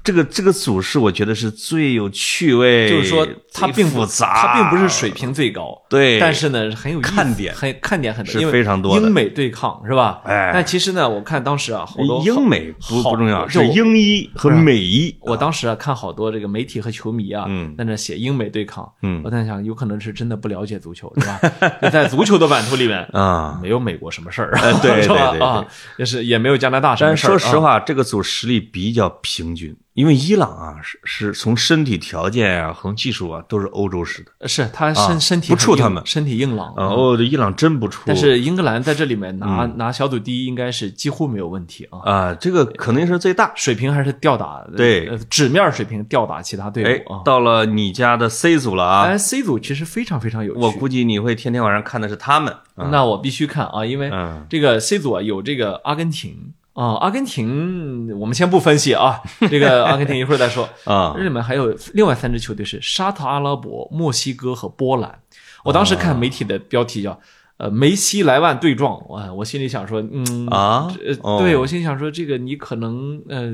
Speaker 3: 这个这个组是我觉得是最有趣味，
Speaker 1: 就是说它
Speaker 3: 最
Speaker 1: 并不
Speaker 3: 复杂，
Speaker 1: 它并不是水平最高，
Speaker 3: 对，
Speaker 1: 但是呢很有意思
Speaker 3: 看点
Speaker 1: 很看点很多
Speaker 3: 是
Speaker 1: 因为
Speaker 3: 非常多的
Speaker 1: 英美对抗是吧？
Speaker 3: 哎
Speaker 1: 但其实呢，我看当时啊，好多
Speaker 3: 英美不
Speaker 1: 好
Speaker 3: 不重要，
Speaker 1: 就是我
Speaker 3: 英一和美一，
Speaker 1: 我当时啊看好多这个媒体和球迷啊，
Speaker 3: 嗯
Speaker 1: 在那写英美对抗，
Speaker 3: 嗯
Speaker 1: 我在想有可能是真的不了解足球，是吧？ (laughs) 就在足球的版图里面，
Speaker 3: 啊。
Speaker 1: 没有美国什么事儿，
Speaker 3: 呃对
Speaker 1: (laughs) 是吧
Speaker 3: 对对对
Speaker 1: 啊，就是也没有加拿大什
Speaker 3: 但
Speaker 1: 么
Speaker 3: 是
Speaker 1: 事儿。
Speaker 3: 说实
Speaker 1: 啊，
Speaker 3: 话，这个组实力比较平均，因为伊朗啊是是从身体条件啊，从技术啊都是欧洲式的。
Speaker 1: 是他
Speaker 3: 啊
Speaker 1: 身身体
Speaker 3: 不怵
Speaker 1: 很硬
Speaker 3: 他们
Speaker 1: 身体硬朗。
Speaker 3: 啊，哦，这伊朗真不嗯出。
Speaker 1: 但是英格兰在这里面拿拿小组第一应该是几乎没有问题啊，
Speaker 3: 啊，这个肯定是最大。
Speaker 1: 水平还是吊打
Speaker 3: 对
Speaker 1: 呃纸面水平吊打其他
Speaker 3: 哎
Speaker 1: 队伍啊。，
Speaker 3: 到了你家的 C 组了啊，
Speaker 1: 哎，C 组其实非常非常有趣，
Speaker 3: 我估计你会天天晚上看的是他们。嗯
Speaker 1: 那我必须看啊，因为
Speaker 3: 嗯
Speaker 1: 这个 C 组啊有这个阿根廷啊、阿根廷我们先不分析啊， (laughs) 这个阿根廷一会儿再说。
Speaker 3: (laughs) 啊
Speaker 1: 日本还有另外三支球队是沙特阿拉伯、墨西哥和波兰。我当时
Speaker 3: 啊
Speaker 1: 看媒体的标题叫“呃梅西莱万对撞”，哇，我心里想说，嗯
Speaker 3: 啊
Speaker 1: 呃，
Speaker 3: 哦
Speaker 1: 对我心里想说，这个你可能呃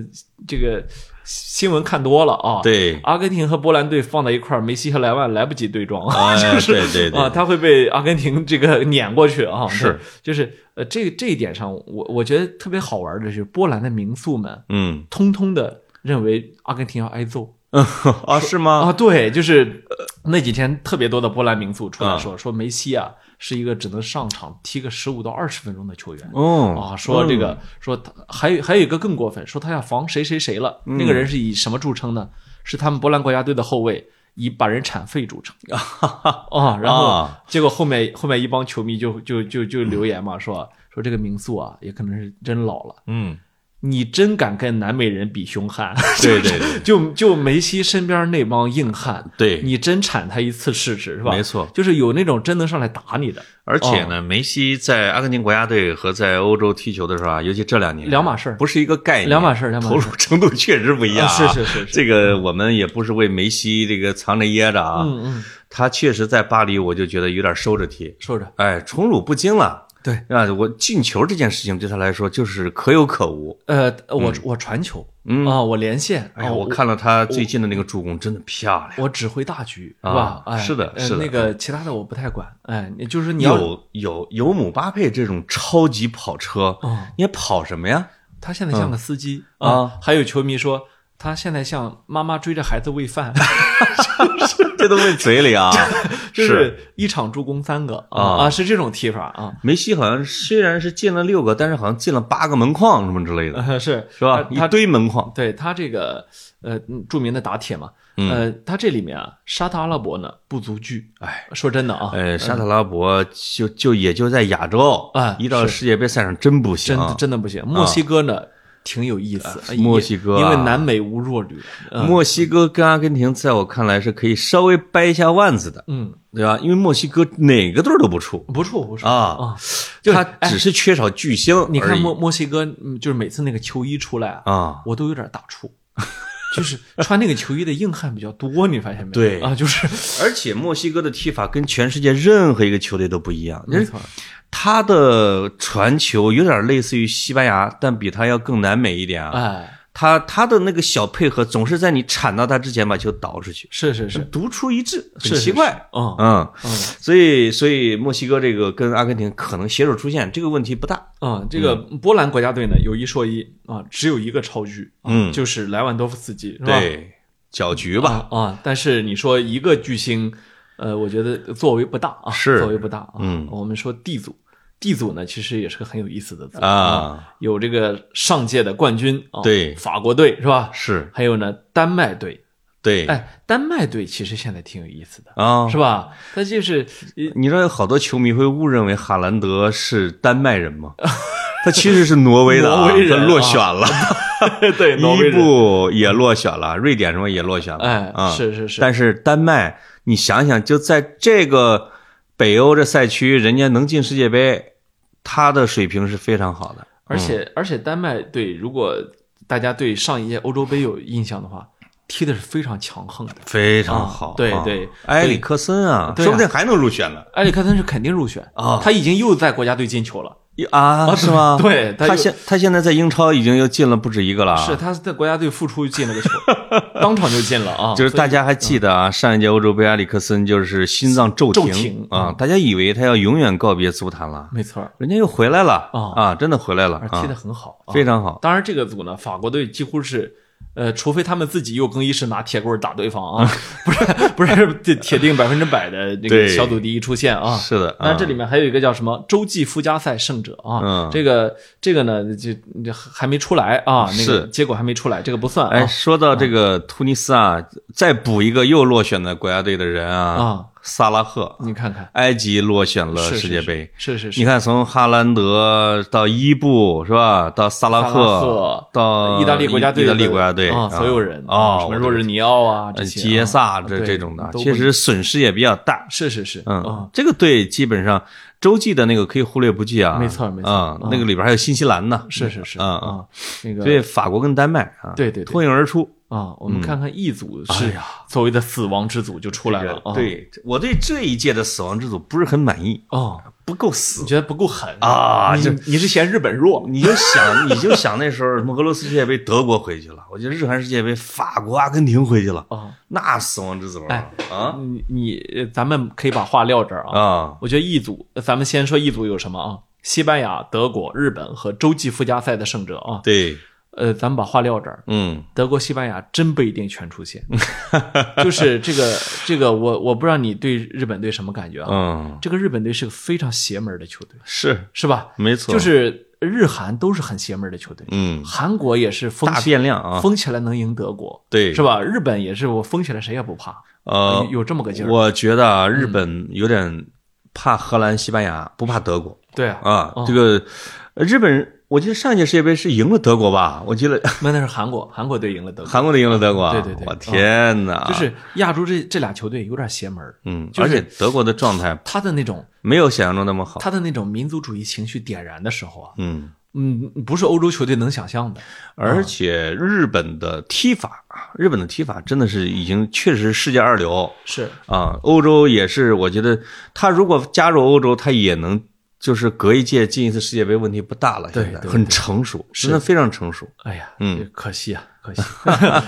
Speaker 1: 这个新闻看多了啊，，
Speaker 3: 对，
Speaker 1: 阿根廷和波兰队放在一块儿，梅西和莱万来不及对撞，(laughs)
Speaker 3: 哎
Speaker 1: 就是
Speaker 3: 对对对
Speaker 1: 啊，他会被阿根廷这个撵过去啊。
Speaker 3: 是
Speaker 1: 对，就是呃，这这一点上，我我觉得特别好玩的是，波兰的民宿们
Speaker 3: 嗯，
Speaker 1: 通通的认为阿根廷要挨揍
Speaker 3: 啊，是吗？
Speaker 1: (laughs) 啊。对，就是呃那几天特别多的波兰民宿出来
Speaker 3: 啊
Speaker 1: 说说梅西啊是一个只能上场踢个十五到二十分钟的球员。
Speaker 3: 哦，
Speaker 1: 啊，说这个，说他还有还有一个更过分，说他要防谁谁谁了。
Speaker 3: 嗯
Speaker 1: 那个人是以什么著称呢？是他们波兰国家队的后卫，以把人铲废著称。啊，然后
Speaker 3: 啊
Speaker 1: 结果后面后面一帮球迷就就就就留言嘛，说说这个民宿啊，也可能是真老了，
Speaker 3: 嗯，
Speaker 1: 你真敢跟南美人比凶悍，
Speaker 3: 对对对
Speaker 1: (laughs) 就就梅西身边那帮硬汉，
Speaker 3: 对，
Speaker 1: 你真铲他一次试试是吧？
Speaker 3: 没错
Speaker 1: 就是有那种真能上来打你的，
Speaker 3: 而且
Speaker 1: 哦
Speaker 3: 呢，梅西在阿根廷国家队和在欧洲踢球的时候啊，尤其这两年
Speaker 1: 两码事儿
Speaker 3: 不是一个概念，
Speaker 1: 两码事儿两码事
Speaker 3: 投
Speaker 1: 儿
Speaker 3: 入程度确实不一样啊、
Speaker 1: 啊是是是是
Speaker 3: 这个我们也不是为梅西这个藏着掖着啊，
Speaker 1: 嗯嗯，
Speaker 3: 他确实在巴黎，我就觉得有点收着踢，
Speaker 1: 说着，
Speaker 3: 哎，宠辱不惊了。
Speaker 1: 对
Speaker 3: 啊，我进球这件事情对他来说就是可有可无。
Speaker 1: 呃，我我传球，
Speaker 3: 嗯
Speaker 1: 啊，我连线，
Speaker 3: 哎呀，
Speaker 1: 啊
Speaker 3: 我看了他最近的那个助攻，真的漂亮。
Speaker 1: 我指挥大局，是吧
Speaker 3: 啊？
Speaker 1: 哎，
Speaker 3: 是的
Speaker 1: 呃
Speaker 3: 是的嗯
Speaker 1: 那个其他的我不太管，哎，你就是你要
Speaker 3: 有有有姆巴佩这种超级跑车，
Speaker 1: 哦
Speaker 3: 你还跑什么呀？
Speaker 1: 他现在像个司机
Speaker 3: 嗯
Speaker 1: 啊，还有球迷说他现在像妈妈追着孩子喂
Speaker 3: (laughs)
Speaker 1: 饭，
Speaker 3: 这都喂嘴里
Speaker 1: (laughs)
Speaker 3: 啊！
Speaker 1: 就是一场助攻三个
Speaker 3: 啊
Speaker 1: 啊，是这种踢法啊。 (laughs)
Speaker 3: 梅西好像虽然是进了六个，但是好像进了八个门框什么之类的，
Speaker 1: 呃是
Speaker 3: 是吧？
Speaker 1: 他
Speaker 3: 一堆门框，
Speaker 1: 对他这个呃嗯著名的打铁嘛，
Speaker 3: 嗯
Speaker 1: 呃，他这里面啊，沙特阿拉伯呢不足惧，
Speaker 3: 哎，
Speaker 1: 说真的啊，
Speaker 3: 呃，沙特阿拉伯就就也就在亚洲
Speaker 1: 啊
Speaker 3: 一到
Speaker 1: 是
Speaker 3: 世界杯赛上真不行啊
Speaker 1: 真，的真的不行。墨西哥呢挺有意思，哎
Speaker 3: 墨西哥啊
Speaker 1: 因为南美无弱旅，嗯
Speaker 3: 墨西哥跟阿根廷在我看来是可以稍微掰一下腕子的，
Speaker 1: 嗯，
Speaker 3: 对吧？因为墨西哥哪个队儿都不怵
Speaker 1: 不错不错
Speaker 3: 啊，
Speaker 1: 啊，就是
Speaker 3: 他只是缺少巨星而已。
Speaker 1: 哎你看墨墨西哥，嗯就是每次那个球衣出来啊，
Speaker 3: 啊，
Speaker 1: 我都有点打
Speaker 3: (laughs)
Speaker 1: 怵，就是穿那个球衣的硬汉比较多，你发现没有？
Speaker 3: 对
Speaker 1: 啊，就是
Speaker 3: 而且墨西哥的踢法跟全世界任何一个球队都不一样，
Speaker 1: 没错，
Speaker 3: 他的传球有点类似于西班牙，但比他要更南美一点啊。
Speaker 1: 哎，
Speaker 3: 他他的那个小配合总是在你铲到他之前把球倒出去，
Speaker 1: 是是是，
Speaker 3: 独出一帜，嗯很
Speaker 1: 是
Speaker 3: 奇怪。，
Speaker 1: 是是嗯
Speaker 3: 嗯，所以所以墨西哥这个跟阿根廷可能携手出现这个问题不大。
Speaker 1: 嗯，这个波兰国家队呢，有一说一啊，只有一个超巨，啊
Speaker 3: 嗯
Speaker 1: 就是莱万多夫斯基，是吧？
Speaker 3: 对，搅局吧。
Speaker 1: 啊啊，但是你说一个巨星，呃，我觉得作为不大啊，
Speaker 3: 是
Speaker 1: 作为不大啊。
Speaker 3: 嗯
Speaker 1: 我们说 D 组，D 组呢其实也是个很有意思的组
Speaker 3: 啊，
Speaker 1: 有这个上届的冠军啊，
Speaker 3: 对
Speaker 1: 法国队是吧？
Speaker 3: 是
Speaker 1: 还有呢，丹麦队，
Speaker 3: 对
Speaker 1: 哎，丹麦队其实现在挺有意思的，
Speaker 3: 啊
Speaker 1: 是。吧？他
Speaker 3: (laughs)
Speaker 1: 就是
Speaker 3: 你知道有好多球迷会误认为哈兰德是丹麦
Speaker 1: (laughs)
Speaker 3: 人吗？他其实是挪威的啊，
Speaker 1: 挪威人啊
Speaker 3: 他落选了，
Speaker 1: (laughs) 对 (laughs) 挪威
Speaker 3: 伊
Speaker 1: 人，
Speaker 3: 布也落选了，瑞典什么也落选了，
Speaker 1: 哎
Speaker 3: 啊，
Speaker 1: 是是是
Speaker 3: 但是丹麦，你想想，就在这个北欧这赛区，人家能进世界杯，他的水平是非常好的。
Speaker 1: 而
Speaker 3: 嗯
Speaker 1: 且而且丹麦队，如果大家对上一届欧洲杯有印象的话，踢的是非常强横的。
Speaker 3: 非常
Speaker 1: 啊
Speaker 3: 好，
Speaker 1: 对
Speaker 3: 啊
Speaker 1: 对
Speaker 3: 埃里克森啊，
Speaker 1: 对啊
Speaker 3: 说不定还能入选呢
Speaker 1: 埃里克森是肯定入选
Speaker 3: 啊
Speaker 1: 他已经又在国家队进球了。
Speaker 3: 啊，是吗？
Speaker 1: 对他
Speaker 3: 他
Speaker 1: 又
Speaker 3: 现他现在在英超已经又进了不止一个了啊，
Speaker 1: 是他在国家队复出进了个球，当场就进了啊！
Speaker 3: 就是大家还记得啊，上一届欧洲杯，埃里克森就是心脏骤
Speaker 1: 骤嗯停
Speaker 3: 啊，大家以为他要永远告别足坛了，
Speaker 1: 没错儿，
Speaker 3: 人家又回来了
Speaker 1: 啊
Speaker 3: 啊，真的回来了
Speaker 1: 而踢
Speaker 3: 啊
Speaker 1: 得，很好，啊
Speaker 3: 非常好。
Speaker 1: 当然，这个组呢，法国队几乎是，呃，除非他们自己又更衣室拿铁棍打对方
Speaker 3: (laughs)
Speaker 1: 啊，不然不然这铁定百分之百的这个
Speaker 3: 对
Speaker 1: 小组第一出现啊。
Speaker 3: 是的，
Speaker 1: 那
Speaker 3: 啊
Speaker 1: 这里面还有一个叫什么洲际附加赛胜者啊，
Speaker 3: 嗯
Speaker 1: 这个这个呢，就就还没出来啊，那个
Speaker 3: 是
Speaker 1: 结果还没出来，这个不算
Speaker 3: 哎，
Speaker 1: 啊。
Speaker 3: 说到这个突尼斯啊，再补一个又落选的国家队的人
Speaker 1: 啊
Speaker 3: 啊，萨拉赫，
Speaker 1: 你看看，
Speaker 3: 埃及落选了
Speaker 1: 是
Speaker 3: 呃世界杯。，
Speaker 1: 是是是是
Speaker 3: 你看，从哈兰德到伊布是吧？到萨拉
Speaker 1: 萨拉赫
Speaker 3: 到
Speaker 1: 意大利国家队的，
Speaker 3: 呃意大利国家队
Speaker 1: 啊，所有人
Speaker 3: 啊，
Speaker 1: 什么
Speaker 3: 我的
Speaker 1: 若日尼奥啊，这
Speaker 3: 呃，
Speaker 1: 些啊
Speaker 3: 杰萨
Speaker 1: 啊
Speaker 3: 这
Speaker 1: 对
Speaker 3: 这种的，
Speaker 1: 都
Speaker 3: 其
Speaker 1: 不
Speaker 3: 实损失也比较大。
Speaker 1: 是是是，
Speaker 3: 嗯
Speaker 1: 啊，，
Speaker 3: 这个队基本上洲际的那个可以忽略不计啊，
Speaker 1: 没错没错
Speaker 3: 啊
Speaker 1: 嗯，
Speaker 3: 那个里边还有新西兰呢，
Speaker 1: 是是是
Speaker 3: 嗯嗯，
Speaker 1: 啊，那个
Speaker 3: 所以法国跟丹麦啊，
Speaker 1: 对对对
Speaker 3: 脱颖而出。
Speaker 1: 啊，我们看看 E 组
Speaker 3: 哎
Speaker 1: 是所谓的死亡之组就出来了
Speaker 3: 这个
Speaker 1: 啊，
Speaker 3: 对我对这一届的死亡之组不是很满意，
Speaker 1: 哦，
Speaker 3: 不够
Speaker 1: 你
Speaker 3: 死。
Speaker 1: 觉得不够狠
Speaker 3: 啊
Speaker 1: 你
Speaker 3: 这
Speaker 1: 你是嫌日本弱？
Speaker 3: 你就想，你就想那时候什么俄罗斯世界杯德国回去了，我觉得日韩世界杯法国、阿根廷回去了，
Speaker 1: 啊，
Speaker 3: 那死亡之组
Speaker 1: 哎
Speaker 3: 啊
Speaker 1: 你你咱们可以把话撂这儿啊。
Speaker 3: 啊！
Speaker 1: 我觉得 E 组，咱们先说 E 组有什么啊？西班牙、德国、日本和洲际附加赛的胜者啊。
Speaker 3: 对，
Speaker 1: 呃，咱们把话撂这儿。
Speaker 3: 嗯，
Speaker 1: 德国、西班牙真不一定全出
Speaker 3: (laughs)
Speaker 1: 现，就是这个这个我我不知道你对日本队什么感觉啊？
Speaker 3: 嗯，
Speaker 1: 这个日本队是个非常邪门的球队，
Speaker 3: 是
Speaker 1: 是吧？
Speaker 3: 没错，
Speaker 1: 就是日韩都是很邪门的球队，
Speaker 3: 嗯，
Speaker 1: 韩国也是封
Speaker 3: 大
Speaker 1: 起
Speaker 3: 变量啊，
Speaker 1: 封起来能赢德国，
Speaker 3: 对，
Speaker 1: 是？吧？日本也是我封起来谁也不怕，
Speaker 3: 呃
Speaker 1: 有，有这么个劲儿。嗯
Speaker 3: 我觉得啊，日本有点怕荷兰、西班牙，不怕德国
Speaker 1: 对啊，
Speaker 3: 啊
Speaker 1: 哦。
Speaker 3: 这个呃日本人，我记得上一届世界杯是赢了德国吧？我记得
Speaker 1: (laughs) 那那是韩国，韩国队赢了德国，
Speaker 3: (laughs) 韩国队赢了德国啊，
Speaker 1: 对对对哦
Speaker 3: 我天哪！
Speaker 1: 就是亚洲这这俩球队有点邪门儿，
Speaker 3: 嗯，
Speaker 1: 就是
Speaker 3: 而且德国的状态
Speaker 1: 他的那种
Speaker 3: 没有想象中那么好。
Speaker 1: 他的那种民族主义情绪点燃的时候啊，
Speaker 3: 嗯，
Speaker 1: 嗯，不是欧洲球队能想象的。
Speaker 3: 而且日本的踢法，啊，日本的踢法真的是已经确实是世界二流
Speaker 1: 是，
Speaker 3: 啊。欧洲也是，我觉得他如果加入欧洲，他也能就是隔一届进一次世界杯，问题不大了。
Speaker 1: 对
Speaker 3: 现在
Speaker 1: 对
Speaker 3: 很
Speaker 1: 对
Speaker 3: 成熟，真的非常成熟。
Speaker 1: 哎呀，
Speaker 3: 嗯
Speaker 1: 这可惜啊，
Speaker 3: (laughs)
Speaker 1: 可惜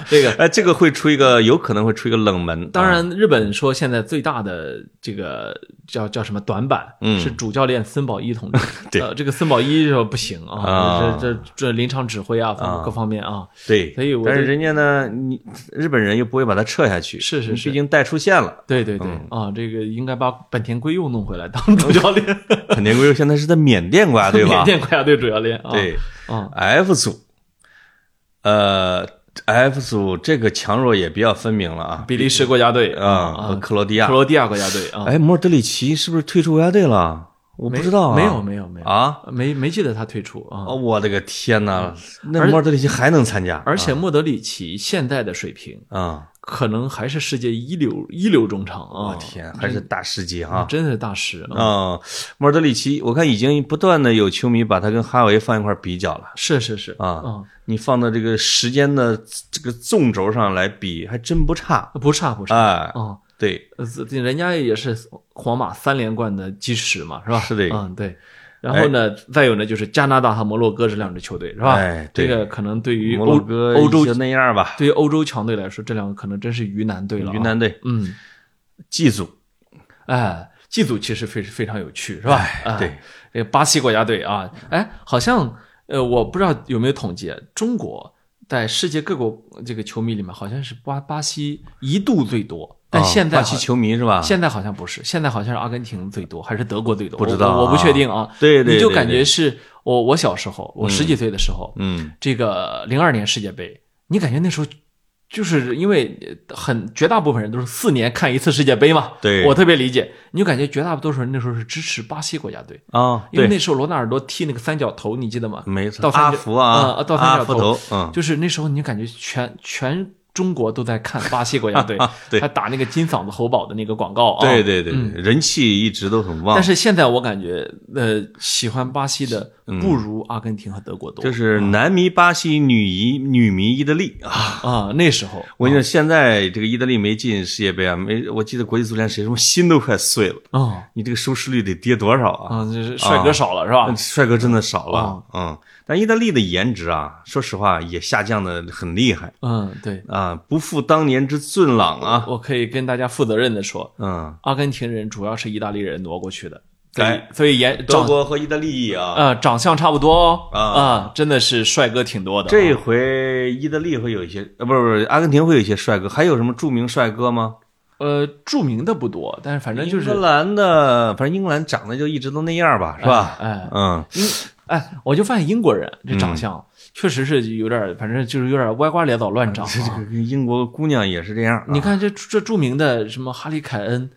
Speaker 1: 这个。
Speaker 3: 哎，这个会出一个，有可能会出一个冷门。
Speaker 1: 当
Speaker 3: 啊，
Speaker 1: 然，日本说现在最大的这个叫叫什么短板，
Speaker 3: 嗯
Speaker 1: 是主教练森保一同志。
Speaker 3: (laughs) 对
Speaker 1: 呃，这个森保一说不行
Speaker 3: 啊
Speaker 1: 啊，这这这临场指挥啊，
Speaker 3: 啊
Speaker 1: 各方面啊，
Speaker 3: 对，
Speaker 1: 所以我
Speaker 3: 但是
Speaker 1: 对
Speaker 3: 人家呢，你日本人又不会把他撤下去，
Speaker 1: 是是是
Speaker 3: 毕竟带出线了。
Speaker 1: 对对对
Speaker 3: 嗯
Speaker 1: 啊，这个应该把本田圭佑弄回来当主
Speaker 3: (laughs)
Speaker 1: 教练，
Speaker 3: 肯定圭佑现在是在缅
Speaker 1: (laughs)
Speaker 3: 甸国家队吧
Speaker 1: 缅？甸国家队主教练啊，
Speaker 3: 对
Speaker 1: 啊，
Speaker 3: ，F 组，呃，F 组这个强弱也比较分明了啊，
Speaker 1: 比利时国家队
Speaker 3: 啊，和
Speaker 1: 啊，
Speaker 3: 克罗地亚
Speaker 1: 克，罗地亚国家队啊，
Speaker 3: 哎，摩尔德里奇是不是退出国家队了？我不知道啊，
Speaker 1: 没有没有没有
Speaker 3: 啊，
Speaker 1: 没没记得他退出啊
Speaker 3: 哦，，我的个天哪，那
Speaker 1: 嗯而
Speaker 3: 摩尔德里奇还能参加？
Speaker 1: 而且莫德里奇现在的水平
Speaker 3: 啊，
Speaker 1: 可能还是世界一流一流中场啊，
Speaker 3: 我天，还是大师级啊！
Speaker 1: 真是大师啊！
Speaker 3: 啊，莫尔德里奇，我看已经不断的有球迷把他跟哈维放一块儿比较了。
Speaker 1: 是是是
Speaker 3: 啊你放到这个时间的这个纵轴上来比，还真不差。
Speaker 1: 嗯不差不差
Speaker 3: 哎，
Speaker 1: 啊，
Speaker 3: 对，
Speaker 1: 呃这人家也是皇马三连冠的基石嘛，是吧？
Speaker 3: 是的
Speaker 1: 嗯对。然后呢，再有呢就是加拿大和摩洛哥这两支球队是吧？
Speaker 3: 哎对
Speaker 1: 这个可能对于
Speaker 3: 摩
Speaker 1: 欧
Speaker 3: 洛哥
Speaker 1: 欧洲
Speaker 3: 也就那样吧。
Speaker 1: 对于欧洲强队来说，这两个可能真是鱼腩队了啊。
Speaker 3: 云南队
Speaker 1: 嗯，
Speaker 3: 祭祖，
Speaker 1: 哎，祭祖其实非非常有趣，是吧？哎
Speaker 3: 对，
Speaker 1: 这个巴西国家队啊，哎，好像呃，我不知道有没有统计，中国在世界各国这个球迷里面，好像是巴巴西一度最多，但
Speaker 3: 啊
Speaker 1: 现在
Speaker 3: 巴
Speaker 1: 好、
Speaker 3: 西球迷是吧？
Speaker 1: 现在好像不是，现在好像是阿根廷最多，还是德国最多？
Speaker 3: 不知道啊
Speaker 1: 我我，我不确定啊。
Speaker 3: 对对
Speaker 1: 你就
Speaker 3: 对
Speaker 1: 感
Speaker 3: 对
Speaker 1: 觉是我我小时候，我十几岁的时候，
Speaker 3: 嗯，
Speaker 1: 这个零二年世界杯，你感觉那时候就是因为很绝大部分人都是四年看一次世界杯嘛，
Speaker 3: 对
Speaker 1: 我特别理解，你就感觉绝大多数人那时候是支持巴西国家队，
Speaker 3: 啊，
Speaker 1: 因为
Speaker 3: 对，
Speaker 1: 那时候罗纳尔多踢那个三角头，你记得吗？
Speaker 3: 没错，
Speaker 1: 到三
Speaker 3: 阿
Speaker 1: 角
Speaker 3: 福啊，
Speaker 1: 啊到三
Speaker 3: 阿
Speaker 1: 角
Speaker 3: 福
Speaker 1: 头
Speaker 3: 头，嗯，，
Speaker 1: 就是那时候你感觉全全中国都在看巴西国家队
Speaker 3: (laughs) 对
Speaker 1: 还打那个金嗓子喉宝的那个广告啊，
Speaker 3: 对对对对，人气一直都很旺
Speaker 1: 但。是现在我感觉，呃，喜欢巴西的不如阿根廷和德国多。
Speaker 3: 嗯就是男迷巴西，女迷女迷意大利啊！
Speaker 1: 啊，那时候
Speaker 3: 我跟你说，现在这个意大利没进世界杯啊，没，我记得国际足联谁说心都快碎了，
Speaker 1: 啊
Speaker 3: 你这个收视率得跌多少啊？
Speaker 1: 啊，就是帅哥少了是吧？
Speaker 3: 帅哥真的少
Speaker 1: 哦
Speaker 3: 了，嗯，但意大利的颜值啊，说实话也下降的很厉害
Speaker 1: 嗯，对，
Speaker 3: 啊，不复当年之俊朗啊，
Speaker 1: 我可以跟大家负责任的说，
Speaker 3: 嗯，
Speaker 1: 阿根廷人主要是意大利人挪过去的，所以
Speaker 3: 哎
Speaker 1: 所以颜
Speaker 3: 德
Speaker 1: 长
Speaker 3: 国和意大利啊，
Speaker 1: 呃长相差不多哦
Speaker 3: 啊
Speaker 1: 啊，真的是帅哥挺多的。啊
Speaker 3: 这回意大利会有一些，呃，不是不是，阿根廷会有一些帅哥，还有什么著名帅哥吗？
Speaker 1: 呃著名的不多，但是反正就
Speaker 3: 英格
Speaker 1: 是
Speaker 3: 兰的，反正英格兰长得就一直都那样吧，是吧？
Speaker 1: 哎
Speaker 3: 嗯，
Speaker 1: 哎，我就发现英国人这长相确实是有点儿，反正就是有点儿歪瓜裂枣乱长啊。
Speaker 3: 这 (laughs) 个英国姑娘也是这样啊，
Speaker 1: 你看这这著名的什么哈利凯恩，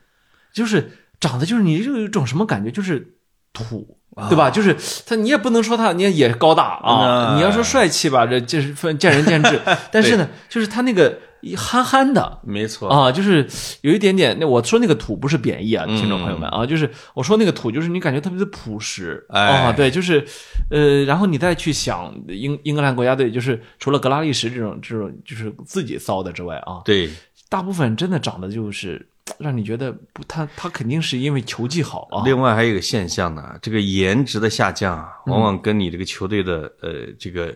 Speaker 1: 就是长得就是你就有一种什么感觉，就是土。
Speaker 3: 啊
Speaker 1: 对吧？就是他，你也不能说他，你也高大啊。
Speaker 3: 嗯
Speaker 1: 你要说帅气吧，这这是分见仁见
Speaker 3: (laughs)
Speaker 1: 智。但是呢，就是他那个一憨憨的
Speaker 3: 没错，
Speaker 1: 啊，就是有一点点。那我说那个土不是贬义啊，
Speaker 3: 嗯
Speaker 1: 听众朋友们啊，就是我说那个土，就是你感觉特别的朴实
Speaker 3: 哎
Speaker 1: 啊。对，就是呃，然后你再去想英英格兰国家队，就是除了格拉利什这种这种就是自己骚的之外啊，
Speaker 3: 对，
Speaker 1: 大部分真的长得就是让你觉得不，他他肯定是因为球技好啊。
Speaker 3: 另外还有一个现象呢，这个颜值的下降啊，往往跟你这个球队的呃这个，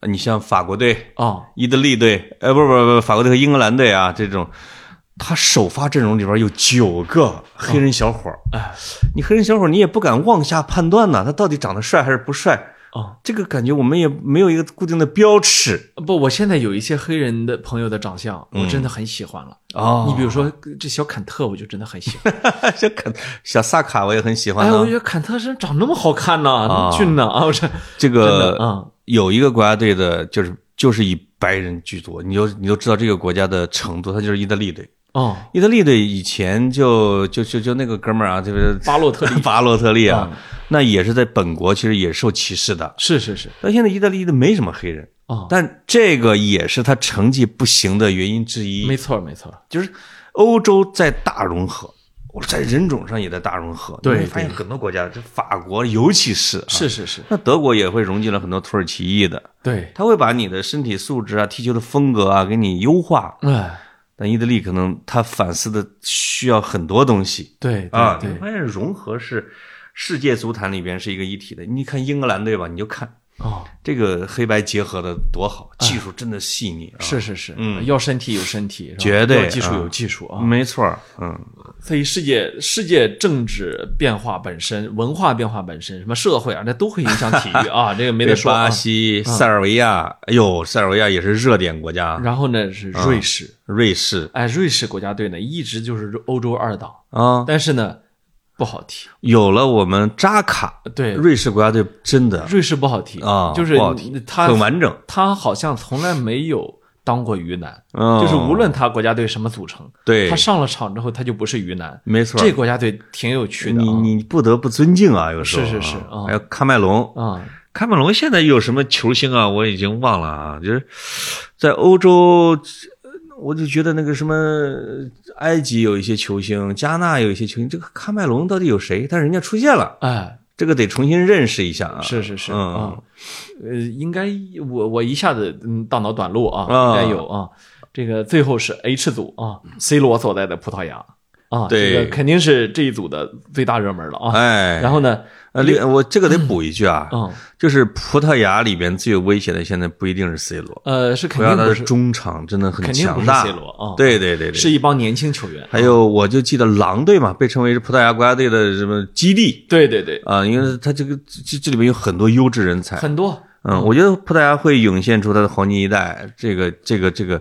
Speaker 3: 呃你像法国队、
Speaker 1: 哦，
Speaker 3: 意大利队，呃，不不不，法国队和英格兰队啊，这种，他首发阵容里边有九个黑人小伙儿，
Speaker 1: 哎
Speaker 3: 你黑人小伙儿你也不敢妄下判断呐，他到底长得帅还是不帅？
Speaker 1: 哦，
Speaker 3: 这个感觉我们也没有一个固定的标尺
Speaker 1: 不，我现在有一些黑人的朋友的长相，我真的很喜欢了。
Speaker 3: 嗯哦
Speaker 1: 你比如说这小坎特，我就真的很喜欢。
Speaker 3: 小肯小萨卡我也很喜欢
Speaker 1: 哎，
Speaker 3: 啊
Speaker 1: 我觉得坎特是长那么好看呢，那
Speaker 3: 啊
Speaker 1: 么俊呢啊！我这
Speaker 3: 这
Speaker 1: 真
Speaker 3: 个
Speaker 1: 的啊
Speaker 3: 有一个国家队的，就是就是以白人居多，你就你就知道这个国家的程度，它就是意大利队。
Speaker 1: 啊哦，
Speaker 3: 意大利队以前就就就就那个哥们儿啊，就是
Speaker 1: 巴洛特嗯利
Speaker 3: (laughs) 巴洛特利啊，那也是在本国其实也受歧视的。
Speaker 1: 是是是，
Speaker 3: 到现在意大利的没什么黑人，
Speaker 1: 哦，
Speaker 3: 但这个也是他成绩不行的原因之一。
Speaker 1: 没错儿没错儿，
Speaker 3: 就是欧洲在大融合，我在人种上也在大融合。
Speaker 1: 对
Speaker 3: 你会发现很多国家，这法国尤其是、啊、
Speaker 1: 是，是是，
Speaker 3: 那德国也会融进了很多土耳其裔的，
Speaker 1: 对，
Speaker 3: 他会把你的身体素质啊、踢球的风格啊给你优化。
Speaker 1: 哎，
Speaker 3: 但意大利可能他反思的需要很多东西。
Speaker 1: 对对
Speaker 3: 啊，你
Speaker 1: 对，
Speaker 3: 发现融合是世界足坛里边是一个一体的。你看英格兰队吧，你就看
Speaker 1: 哦，
Speaker 3: 这个黑白结合的多好，
Speaker 1: 哎
Speaker 3: 技术真的细腻啊，
Speaker 1: 是是是，
Speaker 3: 嗯
Speaker 1: 要身体有身体，是吧
Speaker 3: 绝对
Speaker 1: 要技术
Speaker 3: 啊
Speaker 1: 有技术啊。
Speaker 3: 没错儿，嗯，
Speaker 1: 所以世界世界政治变化本身、文化变化本身、什么社会啊，那都会影响体育
Speaker 3: (laughs)
Speaker 1: 啊，这个没得
Speaker 3: 对
Speaker 1: 说啊
Speaker 3: 巴。西、塞尔维亚，哎呦，塞尔维亚也是热点国家，
Speaker 1: 然后呢
Speaker 3: 啊
Speaker 1: 是瑞士，
Speaker 3: 瑞士
Speaker 1: 哎，瑞士国家队呢一直就是欧洲二档，
Speaker 3: 啊，
Speaker 1: 但是呢不好踢，
Speaker 3: 有了我们扎卡，
Speaker 1: 对，
Speaker 3: 瑞士国家队真的
Speaker 1: 瑞士不好踢
Speaker 3: 啊
Speaker 1: 就是
Speaker 3: 不好踢
Speaker 1: 他
Speaker 3: 很完整，
Speaker 1: 他好像从来没有当过鱼腩，
Speaker 3: 嗯
Speaker 1: 就是无论他国家队什么组成，
Speaker 3: 对
Speaker 1: 他，上了场之后他就不是鱼腩，
Speaker 3: 没错儿，
Speaker 1: 这国家队挺有趣的
Speaker 3: 你你不得不尊敬啊，有时候
Speaker 1: 是
Speaker 3: 啊
Speaker 1: 是是啊
Speaker 3: 还有喀麦隆，
Speaker 1: 啊啊，
Speaker 3: 喀麦隆现在有什么球星啊？我已经忘了啊，就是在欧洲，呃我就觉得那个什么呃埃及有一些球星，加纳有一些球星，这个喀麦隆到底有谁？但人家出现了，
Speaker 1: 哎，
Speaker 3: 这个得重新认识一下啊。
Speaker 1: 是是是啊
Speaker 3: 嗯，，
Speaker 1: 呃，应该我我一下子嗯大脑短路啊，应
Speaker 3: 啊
Speaker 1: 该有啊。这个最后是 H 组啊，C 罗所在的葡萄牙啊，
Speaker 3: 对
Speaker 1: 这个肯定是这一组的最大热门了啊。
Speaker 3: 哎，
Speaker 1: 然后呢，
Speaker 3: 呃，另我这个得补一句啊，
Speaker 1: 嗯
Speaker 3: 就是葡萄牙里边最有威胁的现在不一定是 C 罗，
Speaker 1: 呃是
Speaker 3: 葡
Speaker 1: 肯
Speaker 3: 萄牙
Speaker 1: 定
Speaker 3: 的
Speaker 1: 不是
Speaker 3: 中场真的很
Speaker 1: 肯定不
Speaker 3: 强
Speaker 1: 是
Speaker 3: 大。
Speaker 1: C 罗啊，，
Speaker 3: 对对对对，
Speaker 1: 是一帮年轻球员。
Speaker 3: 还有，我就记得狼队嘛，被称为是葡萄牙国家队的什么基地，
Speaker 1: 对对对，
Speaker 3: 啊，因为他这个这这里面有很多优质人才，
Speaker 1: 很多
Speaker 3: 嗯，我觉得葡萄牙会涌现出他的黄金一代，这个这个这个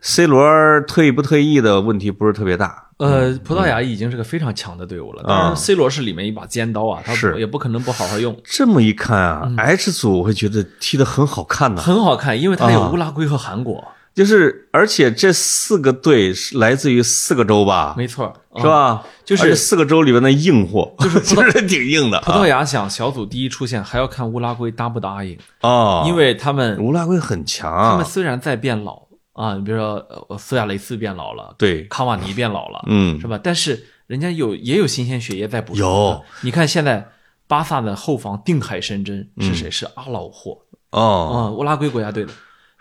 Speaker 3: ，C 罗退不退役的问题不是特别大，
Speaker 1: 呃，
Speaker 3: 嗯
Speaker 1: 葡萄牙已经是个非常强的队伍了。当然，C 罗是里面一把尖刀啊，他
Speaker 3: 是
Speaker 1: 也不可能不好好用。
Speaker 3: 这么一看啊、h 组我会觉得踢得很好看呐，
Speaker 1: 嗯很好看，因为他有
Speaker 3: 啊
Speaker 1: 乌拉圭和韩国，
Speaker 3: 就是而且这四个队是来自于四个州吧，
Speaker 1: 没错，啊
Speaker 3: 是？吧？
Speaker 1: 就是
Speaker 3: 而且四个州里边的硬货，就是 (laughs) 就是挺硬的
Speaker 1: 葡萄
Speaker 3: 啊，
Speaker 1: 牙想小组第一出线，还要看乌拉圭答不答应，
Speaker 3: 哦，
Speaker 1: 因为他们
Speaker 3: 乌拉圭很强
Speaker 1: 他们
Speaker 3: 啊，
Speaker 1: 虽然在变老啊，你比如说呃苏亚雷斯变老了，
Speaker 3: 对，
Speaker 1: 卡瓦尼变老了，
Speaker 3: 嗯
Speaker 1: 是，吧？但是人家有也有新鲜血液在补充。
Speaker 3: 有
Speaker 1: 你看现在巴萨的后防定海神针是
Speaker 3: 嗯
Speaker 1: 谁？是阿劳霍
Speaker 3: 哦，
Speaker 1: 啊，乌拉圭国家队的。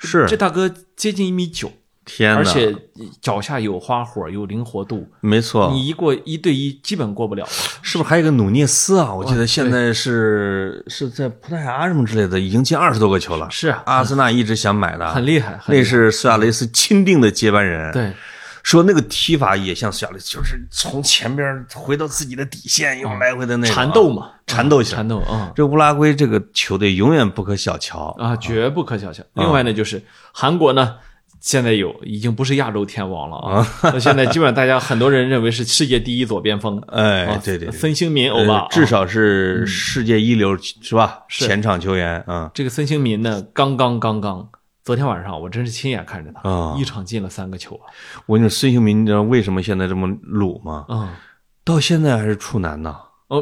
Speaker 3: 是
Speaker 1: 这大哥接近一米九，
Speaker 3: 天
Speaker 1: 而
Speaker 3: 哪，
Speaker 1: 且脚下有花火，有灵活度，
Speaker 3: 没错，
Speaker 1: 你一过一对一基本过不了。
Speaker 3: 是不是还有一个努涅斯啊？我记得现在是是在葡萄牙什么之类的，已经进二十多个球了。
Speaker 1: 是啊，
Speaker 3: 阿森纳一直想买的，
Speaker 1: 很厉害，很厉
Speaker 3: 那
Speaker 1: 害
Speaker 3: 是苏亚雷斯钦定的接班人。，
Speaker 1: 对。
Speaker 3: 说那个踢法也像苏亚雷斯，就是从前边回到自己的底线，又来回的那
Speaker 1: 嗯
Speaker 3: 种啊
Speaker 1: 缠斗，嘛，
Speaker 3: 缠斗型
Speaker 1: 缠。斗啊
Speaker 3: 这乌拉圭这个球队永远不可小瞧。
Speaker 1: 啊，绝不可
Speaker 3: 嗯
Speaker 1: 小觑。另外呢，就是韩国呢，现在有已经不是亚洲天王了啊，
Speaker 3: 嗯
Speaker 1: 那现在基本上大家很多人认为是世界第一左边锋，
Speaker 3: (laughs) 哎
Speaker 1: 啊，
Speaker 3: 对对，对
Speaker 1: 孙兴民欧巴
Speaker 3: 呃，至
Speaker 1: 啊
Speaker 3: 少是世界一流是吧？
Speaker 1: 是
Speaker 3: 前场球员啊，
Speaker 1: 这个孙兴民呢，刚刚刚刚，昨天晚上我真是亲眼看着
Speaker 3: 啊
Speaker 1: 他，一场进了三个球啊，
Speaker 3: 我跟你说，孙兴民，你知道为什么现在这么鲁吗？
Speaker 1: 啊，
Speaker 3: 到现在还是处男呢。
Speaker 1: 哦，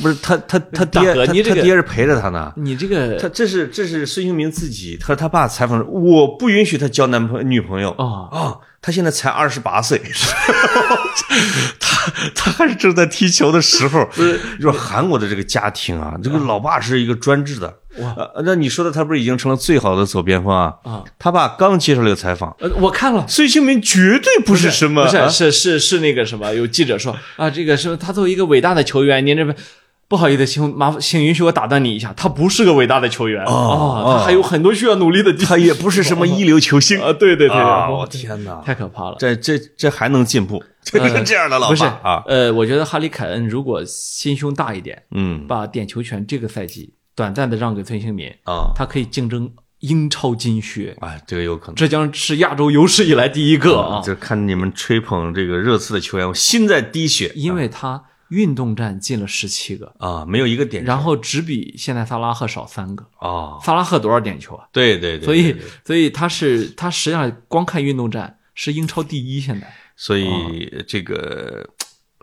Speaker 3: 不是他他他
Speaker 1: 大
Speaker 3: 爹
Speaker 1: 哥
Speaker 3: 他
Speaker 1: 你这
Speaker 3: 他
Speaker 1: 个
Speaker 3: 爹是陪着他呢。
Speaker 1: 你这
Speaker 3: 他
Speaker 1: 个
Speaker 3: 这是这是孙兴民自己，他他爸采访说，我不允许他交男朋女朋友啊、
Speaker 1: 啊，
Speaker 3: 他现在才二十八岁， (laughs) 他他还是正在踢球的时候。不是，说韩国的这个家庭啊，这个老爸是一个专制的。
Speaker 1: 哦哇
Speaker 3: 呃，那你说的他不是已经成了最好的左边锋啊？
Speaker 1: 啊，
Speaker 3: 他爸刚接受了一个采访，
Speaker 1: 呃，我看了。
Speaker 3: 孙兴民绝对不是什么
Speaker 1: 不是
Speaker 3: 啊
Speaker 1: 是是是那个什么？有记者说啊，这个是他作为一个伟大的球员，您这边不好意思，请麻烦请允许我打断你一下，他不是个伟大的球员
Speaker 3: 哦
Speaker 1: 他还有很多需要努力的地
Speaker 3: 他
Speaker 1: 方
Speaker 3: 也不是什么一流球星
Speaker 1: 啊！对对对，
Speaker 3: 啊！
Speaker 1: 对
Speaker 3: 我，天哪！
Speaker 1: 太可怕了。呃
Speaker 3: 这这这还能进步？这是这样的老
Speaker 1: 嗯不是
Speaker 3: 爸啊，
Speaker 1: 呃，我觉得哈里凯恩如果心胸大一点，
Speaker 3: 嗯
Speaker 1: 把点球权这个赛季短暂的让给孙兴民，
Speaker 3: 啊，
Speaker 1: 他可以竞争英超金靴，
Speaker 3: 哎，这个有可能。嗯
Speaker 1: 这将是亚洲有史以来第一个啊！
Speaker 3: 就看你们吹捧这个热刺的球员，我心在滴血
Speaker 1: 因为他运动战进了十七个，
Speaker 3: 啊，没有一个点
Speaker 1: 然后只比现在萨拉赫少三个。
Speaker 3: 啊。
Speaker 1: 萨拉赫多少点球啊？
Speaker 3: 对对对，
Speaker 1: 所以，所以他是他实际上光看运动战是英超第一，现在
Speaker 3: 所
Speaker 1: 啊
Speaker 3: 以这个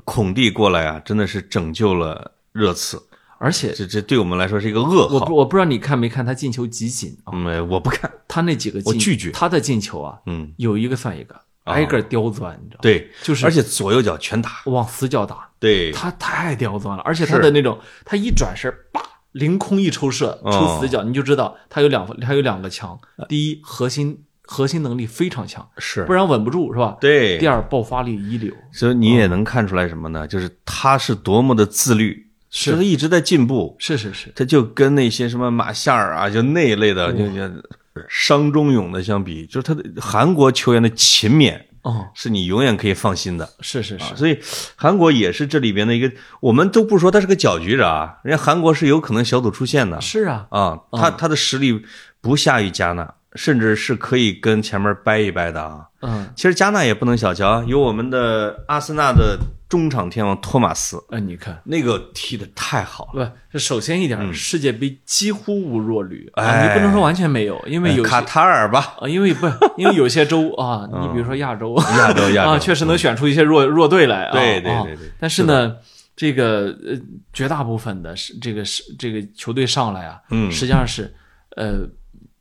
Speaker 3: 孔蒂过来啊，真的是拯救了热刺，
Speaker 1: 而且
Speaker 3: 这这对我们来说是一个噩
Speaker 1: 我
Speaker 3: 耗。
Speaker 1: 不我不知道你看没看他进球集锦啊，
Speaker 3: 嗯，我不看，
Speaker 1: 他那几个进
Speaker 3: 我拒绝啊
Speaker 1: 他的进球啊，
Speaker 3: 嗯，
Speaker 1: 有一个算一个，挨个刁钻，你知道吗？，
Speaker 3: 对，
Speaker 1: 啊就是
Speaker 3: 而且左右脚全打，
Speaker 1: 往死角打，
Speaker 3: 对，
Speaker 1: 他太刁钻了，而且他的那种，他一转身，叭，凌空一抽射，
Speaker 3: 哦
Speaker 1: 抽死角，你就知道他有两他有两个强，
Speaker 3: 呃
Speaker 1: 第一核心核心能力非常强，
Speaker 3: 是
Speaker 1: 不，然稳不住是吧？
Speaker 3: 对
Speaker 1: 第，二爆发力一流，
Speaker 3: 所以你也能看出来什么呢？就是他是多么的自
Speaker 1: 嗯
Speaker 3: 律，
Speaker 1: 是
Speaker 3: 他一直在进步，
Speaker 1: 是是是，
Speaker 3: 他就跟那些什么马夏尔啊，就那一类的，就就伤中勇的相比，就是他的韩国球员的勤勉，
Speaker 1: 哦，啊
Speaker 3: 是你永远可以放心的。啊
Speaker 1: 是是是，
Speaker 3: 所以韩国也是这里边的一个，我们都不说他是个搅局者啊，人家韩国是有可能小组出线的
Speaker 1: 是啊，
Speaker 3: 啊，他他的实力不下于加纳，甚至是可以跟前面掰一掰的啊。
Speaker 1: 嗯，
Speaker 3: 其实加纳也不能小瞧啊，有我们的阿森纳的中场天王托马斯，
Speaker 1: 呃，你看。
Speaker 3: 那个踢的太好了。
Speaker 1: 不，这首先一点，世界杯几乎无弱旅啊，
Speaker 3: 嗯哎
Speaker 1: 你不能说完全没有，因为有些
Speaker 3: 卡塔
Speaker 1: (laughs)
Speaker 3: 尔吧，
Speaker 1: 啊，因为不，因为有些州 (laughs) 啊，你比如说亚洲，
Speaker 3: 亚洲亚洲
Speaker 1: (laughs)
Speaker 3: 嗯
Speaker 1: 啊，确实能选出一些弱弱队来啊。
Speaker 3: 对对
Speaker 1: 啊
Speaker 3: 对对
Speaker 1: 但是呢，这个呃，绝大部分的是这个是这个球队上来啊，
Speaker 3: 嗯
Speaker 1: 实际上是呃，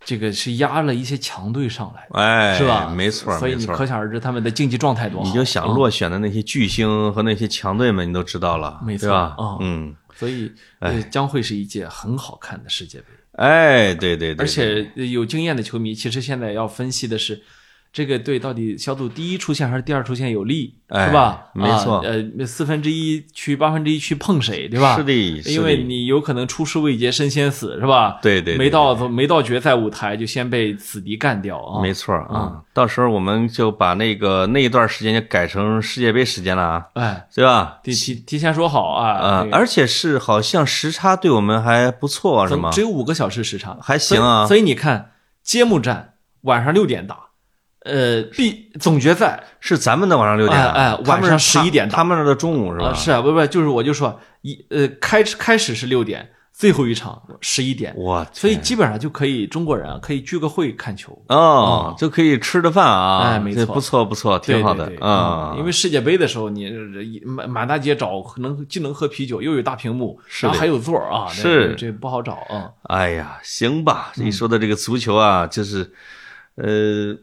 Speaker 1: 这个是压了一些强队上来的，
Speaker 3: 哎，
Speaker 1: 是吧？
Speaker 3: 没错，
Speaker 1: 所以
Speaker 3: 没
Speaker 1: 你
Speaker 3: 错
Speaker 1: 可想而知他们的竞技状态多好。
Speaker 3: 你就想落选的那些巨星和那些强队们，你都知道了，
Speaker 1: 没错
Speaker 3: 对吧
Speaker 1: 啊？
Speaker 3: 嗯，
Speaker 1: 所以呃，将会是一届很好看的世界杯。
Speaker 3: 哎，对对对，
Speaker 1: 而且呃有经验的球迷，其实现在要分析的是，这个队到底小组第一出线还是第二出线有利，
Speaker 3: 哎
Speaker 1: 是吧？
Speaker 3: 没错
Speaker 1: 啊呃，四分之一去八分之一去碰谁，对吧？
Speaker 3: 是的是的
Speaker 1: 因为你有可能出师未捷身先死，是吧？
Speaker 3: 对对对
Speaker 1: 没到没到决赛舞台就先被死敌干掉啊！
Speaker 3: 没错啊，到时候我们就把那个那一段时间就改成世界杯时间了啊，
Speaker 1: 哎，
Speaker 3: 对吧？
Speaker 1: 提提提前说好啊，
Speaker 3: 啊
Speaker 1: 那，个
Speaker 3: 而且是好像时差对我们还不错啊，是
Speaker 1: 咱
Speaker 3: 吗
Speaker 1: 们只？有五个小时时差，
Speaker 3: 还行啊
Speaker 1: 所以所以你看，揭幕战晚上六点打，呃，必总决赛
Speaker 3: 是咱们的晚上六点啊，
Speaker 1: 哎哎
Speaker 3: 他们
Speaker 1: 晚上11点打
Speaker 3: 他们那儿的中午是
Speaker 1: 啊，
Speaker 3: 吧？
Speaker 1: 是啊，不不，就是我就说一呃，开始开始是六点，最后一场十一点，
Speaker 3: 我
Speaker 1: 所以
Speaker 3: 哦天
Speaker 1: 基本上就可以中国人啊可以聚个会看球，
Speaker 3: 哦，就可以吃着饭啊，
Speaker 1: 嗯哎没
Speaker 3: 这
Speaker 1: 错
Speaker 3: 不错不错，挺好的
Speaker 1: 对对对
Speaker 3: 啊
Speaker 1: 嗯，因为世界杯的时候，你呃满满大街找，可能既能喝啤酒，又有大屏幕，
Speaker 3: 是的
Speaker 1: 然后还有座儿啊，那
Speaker 3: 是
Speaker 1: 这不好找啊。
Speaker 3: 哎呀，行吧，
Speaker 1: 嗯
Speaker 3: 一说到这个足球啊，就是，呃，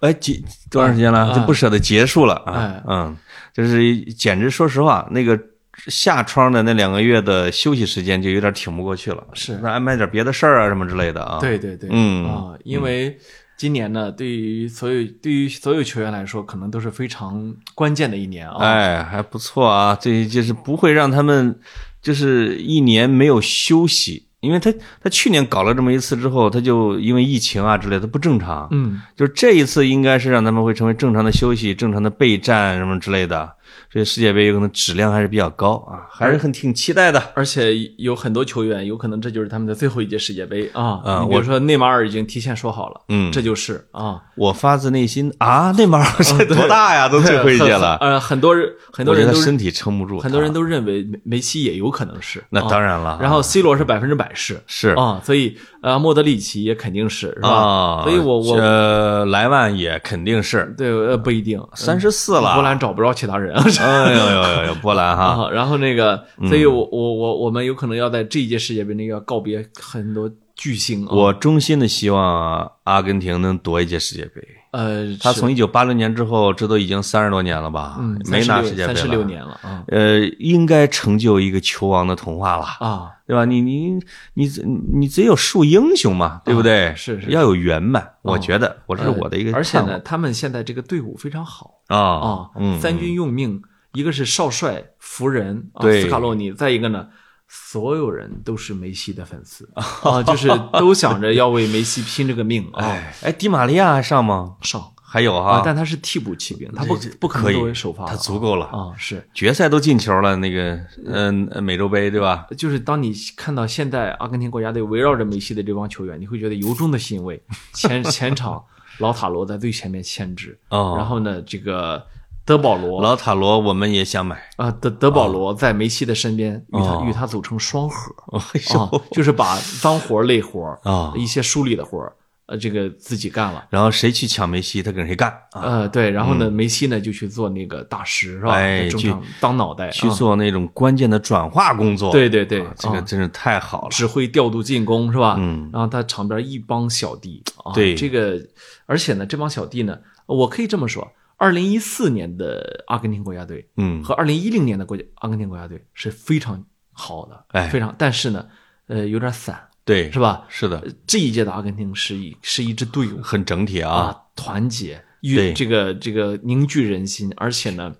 Speaker 3: 哎，几多长时间了？
Speaker 1: 哎
Speaker 3: 就不舍得结束了啊
Speaker 1: 哎，
Speaker 3: 嗯，就是简直，说实话，那个下窗的那两个月的休息时间就有点挺不过去了，
Speaker 1: 是
Speaker 3: 那安排点别的事儿啊，什么之类的啊，，
Speaker 1: 对对对，
Speaker 3: 嗯
Speaker 1: 啊，因为今年呢，对于所有对于所有球员来说，可能都是非常关键的一年啊。
Speaker 3: 哎，还不错啊，这就是不会让他们就是一年没有休息，因为他他去年搞了这么一次之后，他就因为疫情啊之类的不正常，
Speaker 1: 嗯，
Speaker 3: 就是这一次应该是让他们会成为正常的休息、正常的备战什么之类的，所以世界杯有可能质量还是比较高
Speaker 1: 嗯
Speaker 3: 啊，还是很挺期待的。
Speaker 1: 而且有很多球员，有可能这就是他们的最后一届世界杯啊。
Speaker 3: 啊
Speaker 1: 你比
Speaker 3: 我
Speaker 1: 如说内马尔已经提前说好了，
Speaker 3: 嗯
Speaker 1: 这就是啊，
Speaker 3: 我发自内心啊，内马尔才多大呀，都 (laughs) 最后一届了，
Speaker 1: 呃，很多人 (laughs) 很
Speaker 3: 我
Speaker 1: 多
Speaker 3: 觉
Speaker 1: 人
Speaker 3: 得
Speaker 1: 都
Speaker 3: 身体撑不住他，
Speaker 1: 很多人都认为梅梅西也有可能是，
Speaker 3: 那
Speaker 1: 啊
Speaker 3: 当然了，
Speaker 1: 然后 C 罗是百分之百是
Speaker 3: 是
Speaker 1: 啊，所以呃，莫德里奇也肯定是是吧？
Speaker 3: 啊，
Speaker 1: 所以我我
Speaker 3: 这莱万也肯定是
Speaker 1: 对，呃，不一定，
Speaker 3: 三十四了，
Speaker 1: 嗯波兰找不着其他人啊。
Speaker 3: 哎呦呦呦呦，波兰哈，
Speaker 1: 啊，然后那个，
Speaker 3: 嗯
Speaker 1: 所以我我我我们有可能要在这一届世界杯那个要告别很多巨星啊，
Speaker 3: 我衷心的希望阿根廷能夺一届世界杯。
Speaker 1: 呃，
Speaker 3: 嗯他
Speaker 1: 是
Speaker 3: 从一九八六年之后，这都已经三十多年了吧？
Speaker 1: 嗯
Speaker 3: 没拿世界杯了。
Speaker 1: 三十六年了啊
Speaker 3: 呃，应该成就一个球王的童话了，
Speaker 1: 啊，
Speaker 3: 对吧？你你你你只有树英雄嘛，对不对？
Speaker 1: 啊是是
Speaker 3: 要有圆满，我觉得，我这是我的一个
Speaker 1: 呃而且
Speaker 3: 盼
Speaker 1: 呢，他们现在这个队伍非常好
Speaker 3: 望啊
Speaker 1: 啊，
Speaker 3: 嗯，
Speaker 1: 三军用命，一个是少帅福人啊
Speaker 3: 对
Speaker 1: 斯卡洛尼，再一个呢。所有人都是梅西的粉
Speaker 3: (laughs)
Speaker 1: 丝啊，就是都想着要为梅西拼这个命啊！
Speaker 3: 哎哎，迪玛利亚还上吗？
Speaker 1: 上
Speaker 3: 还有
Speaker 1: 啊
Speaker 3: 哈，，
Speaker 1: 但他是替补骑兵，他不
Speaker 3: 这这
Speaker 1: 不可
Speaker 3: 可
Speaker 1: 能
Speaker 3: 以
Speaker 1: 作为首发
Speaker 3: 他足够了。
Speaker 1: 啊，是
Speaker 3: 决赛都进球了，那个嗯、呃美洲杯对吧？
Speaker 1: 就是当你看到现在阿根廷国家队围绕着梅西的这帮球员，你会觉得由衷的欣慰。前 (laughs) 前场老塔罗在最前面牵制，
Speaker 3: 哦
Speaker 1: 然后呢，这个德保罗啊、
Speaker 3: 老塔罗我们也想
Speaker 1: (laughs)
Speaker 3: 买，
Speaker 1: 德德保罗在梅西的身边，与他、
Speaker 3: 哦
Speaker 1: 与他组成双核、
Speaker 3: 哎
Speaker 1: 啊，就是把脏活儿累活儿
Speaker 3: 啊
Speaker 1: 一些梳理的活儿呃，这个自己干了。
Speaker 3: 然后谁去抢梅西，他跟谁干啊？
Speaker 1: 呃，对，然后呢，梅西呢就去做那个大师，是吧？
Speaker 3: 哎
Speaker 1: 在中
Speaker 3: 去
Speaker 1: 场当脑袋，
Speaker 3: 去
Speaker 1: 啊
Speaker 3: 做那种关键的转化工作。
Speaker 1: 对对对
Speaker 3: 啊这个
Speaker 1: 啊
Speaker 3: 真是太好了。
Speaker 1: 指挥调度进攻，是吧？
Speaker 3: 嗯，
Speaker 1: 然后他场边一帮小弟啊，
Speaker 3: 对
Speaker 1: 这个，而且呢，这帮小弟呢，我可以这么说，二零一四年的阿根廷国家队
Speaker 3: 嗯，
Speaker 1: 和二零一零年的国家阿根廷国家队是非常好的，
Speaker 3: 哎
Speaker 1: 非常，但是呢，呃，有点散，
Speaker 3: 对，
Speaker 1: 是？吧？
Speaker 3: 是的，
Speaker 1: 呃这一届的阿根廷是一是一支队伍
Speaker 3: 很整体啊。
Speaker 1: 啊，团结，
Speaker 3: 对
Speaker 1: 与这个这个凝聚人心，而且呢，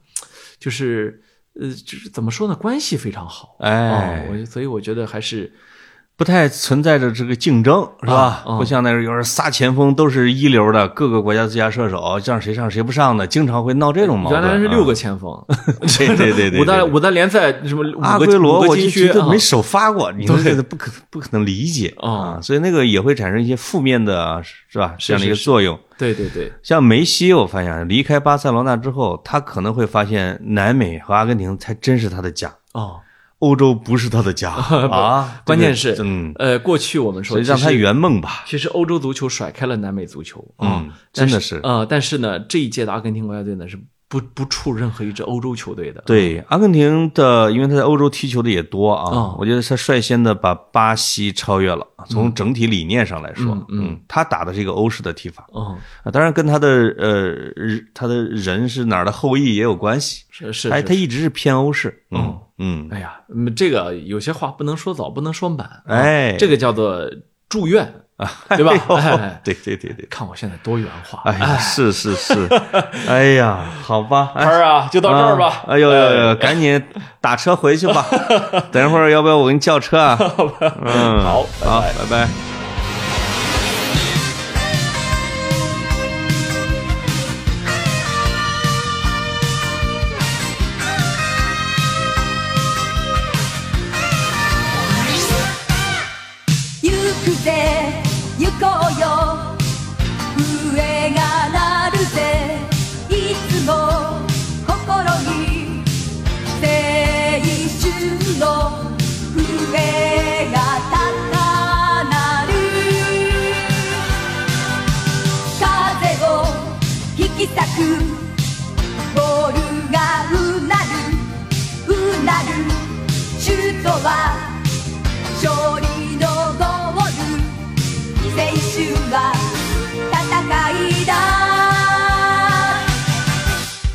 Speaker 1: 就是呃，就是怎么说呢，关系非常好。
Speaker 3: 哎
Speaker 1: 啊，我所以我觉得还是
Speaker 3: 不太存在着这个竞争，是吧？
Speaker 1: 啊嗯
Speaker 3: 不像那时候有时候仨前锋都是一流的，各个国家最佳射手，让谁上谁不上的，经常会闹这种矛
Speaker 1: 原
Speaker 3: 盾。
Speaker 1: 来是
Speaker 3: 啊
Speaker 1: 六个，前锋，
Speaker 3: 对对对
Speaker 1: (laughs)
Speaker 3: 对，
Speaker 1: 五大
Speaker 3: 对
Speaker 1: 五大联赛什么五
Speaker 3: 阿
Speaker 1: 个
Speaker 3: 圭罗，
Speaker 1: 五个
Speaker 3: 我就
Speaker 1: 金
Speaker 3: 觉
Speaker 1: 靴
Speaker 3: 得
Speaker 1: 啊
Speaker 3: 没首发
Speaker 1: (laughs)
Speaker 3: 过，你们这个不可不可能理解
Speaker 1: 啊
Speaker 3: 啊，所以那个也会产生一些负面的，是吧？这样的一个
Speaker 1: 是是
Speaker 3: 作用。
Speaker 1: 对对对，
Speaker 3: 像梅西，我发现啊离开巴塞罗那之后，他可能会发现南美和阿根廷才真是他的家，
Speaker 1: 哦，
Speaker 3: 欧洲不是他的
Speaker 1: (laughs)
Speaker 3: 家啊。
Speaker 1: 关键是
Speaker 3: 这个嗯，
Speaker 1: 呃，过去我们说
Speaker 3: 所以让
Speaker 1: 其
Speaker 3: 他
Speaker 1: 实
Speaker 3: 圆梦吧。
Speaker 1: 其实欧洲足球甩开了南美足球啊，
Speaker 3: 嗯，
Speaker 1: 但
Speaker 3: 真的是。
Speaker 1: 呃，但是呢，这一届的阿根廷国家队呢是不不怵任何一支欧洲球队的，
Speaker 3: 对阿根廷的，因为他在欧洲踢球的也多啊，
Speaker 1: 嗯
Speaker 3: 我觉得他率先的把巴西超越了。从整体理念上来说，
Speaker 1: 嗯嗯
Speaker 3: 嗯，他打的是一个欧式的踢法，
Speaker 1: 嗯，
Speaker 3: 啊，当然跟他的呃日他的人是哪儿的后裔也有关系。
Speaker 1: 是是
Speaker 3: 哎，
Speaker 1: 是
Speaker 3: 他一直是偏欧式。嗯
Speaker 1: 嗯
Speaker 3: 嗯，
Speaker 1: 哎呀，嗯这个有些话不能说早，不能说满，啊
Speaker 3: 哎
Speaker 1: 这个叫做祝愿，对吧？
Speaker 3: 哎呦
Speaker 1: 哎
Speaker 3: 对对对对，
Speaker 1: 看我现在多元化，
Speaker 3: 哎呀，是是
Speaker 1: (laughs)
Speaker 3: 是，哎呀，好吧，哎
Speaker 1: 盆儿啊，就到这儿吧
Speaker 3: 啊。哎呦呦呦，赶紧打车回去
Speaker 1: (laughs)
Speaker 3: 吧，等一会儿要不要我给你叫车啊？嗯，
Speaker 1: 好拜拜
Speaker 3: 好，拜拜。
Speaker 2: 行くぜ行こうよ笛が鳴るぜいつも心に青春の笛が高鳴る風を引き裂くボールがうなるうなるシュートは勝利のゴール青春は戦いだ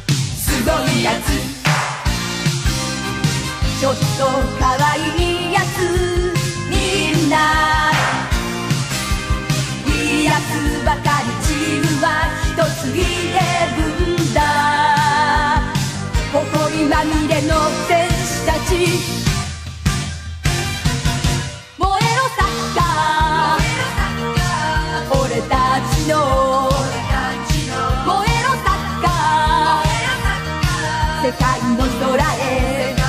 Speaker 2: すごいやつちょっとかわいいやつみんないいやつばかりチームは一ついて分だ誇りまみれの戦士たち燃えろサッカー俺たちの燃えろサッカー世界の空へ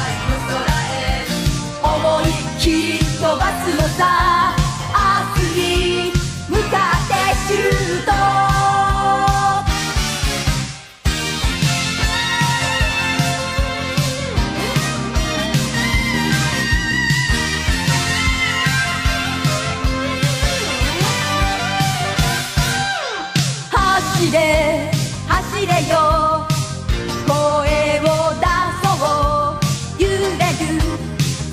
Speaker 2: 思いっきり飛ばすのさ明日に向かってシュート走れ走れよ声を出そう揺れる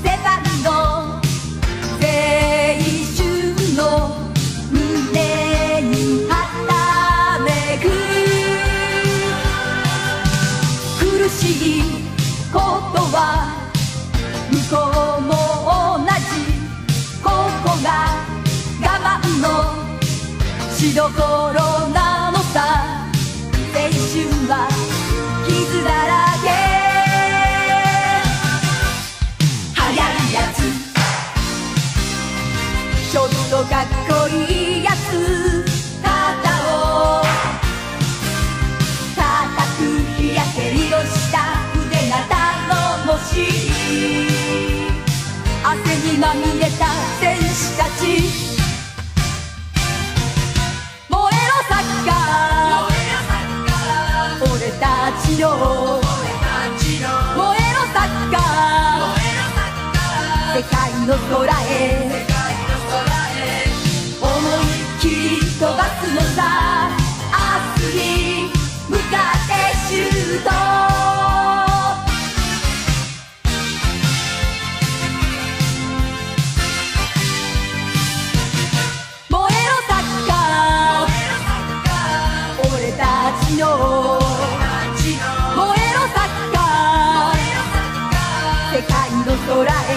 Speaker 2: 背番号青春の胸にはためく苦しいことは向こうも同じここが我慢のしどころなのさ青春は傷だらけ流行るやつちょっとかっこいいやつ肩を叩く日焼け色した腕が頼もしい汗にまみれた戦士たち燃えろサッカー俺たちよ燃えろサッカー世界の空へ思いっきり飛ば空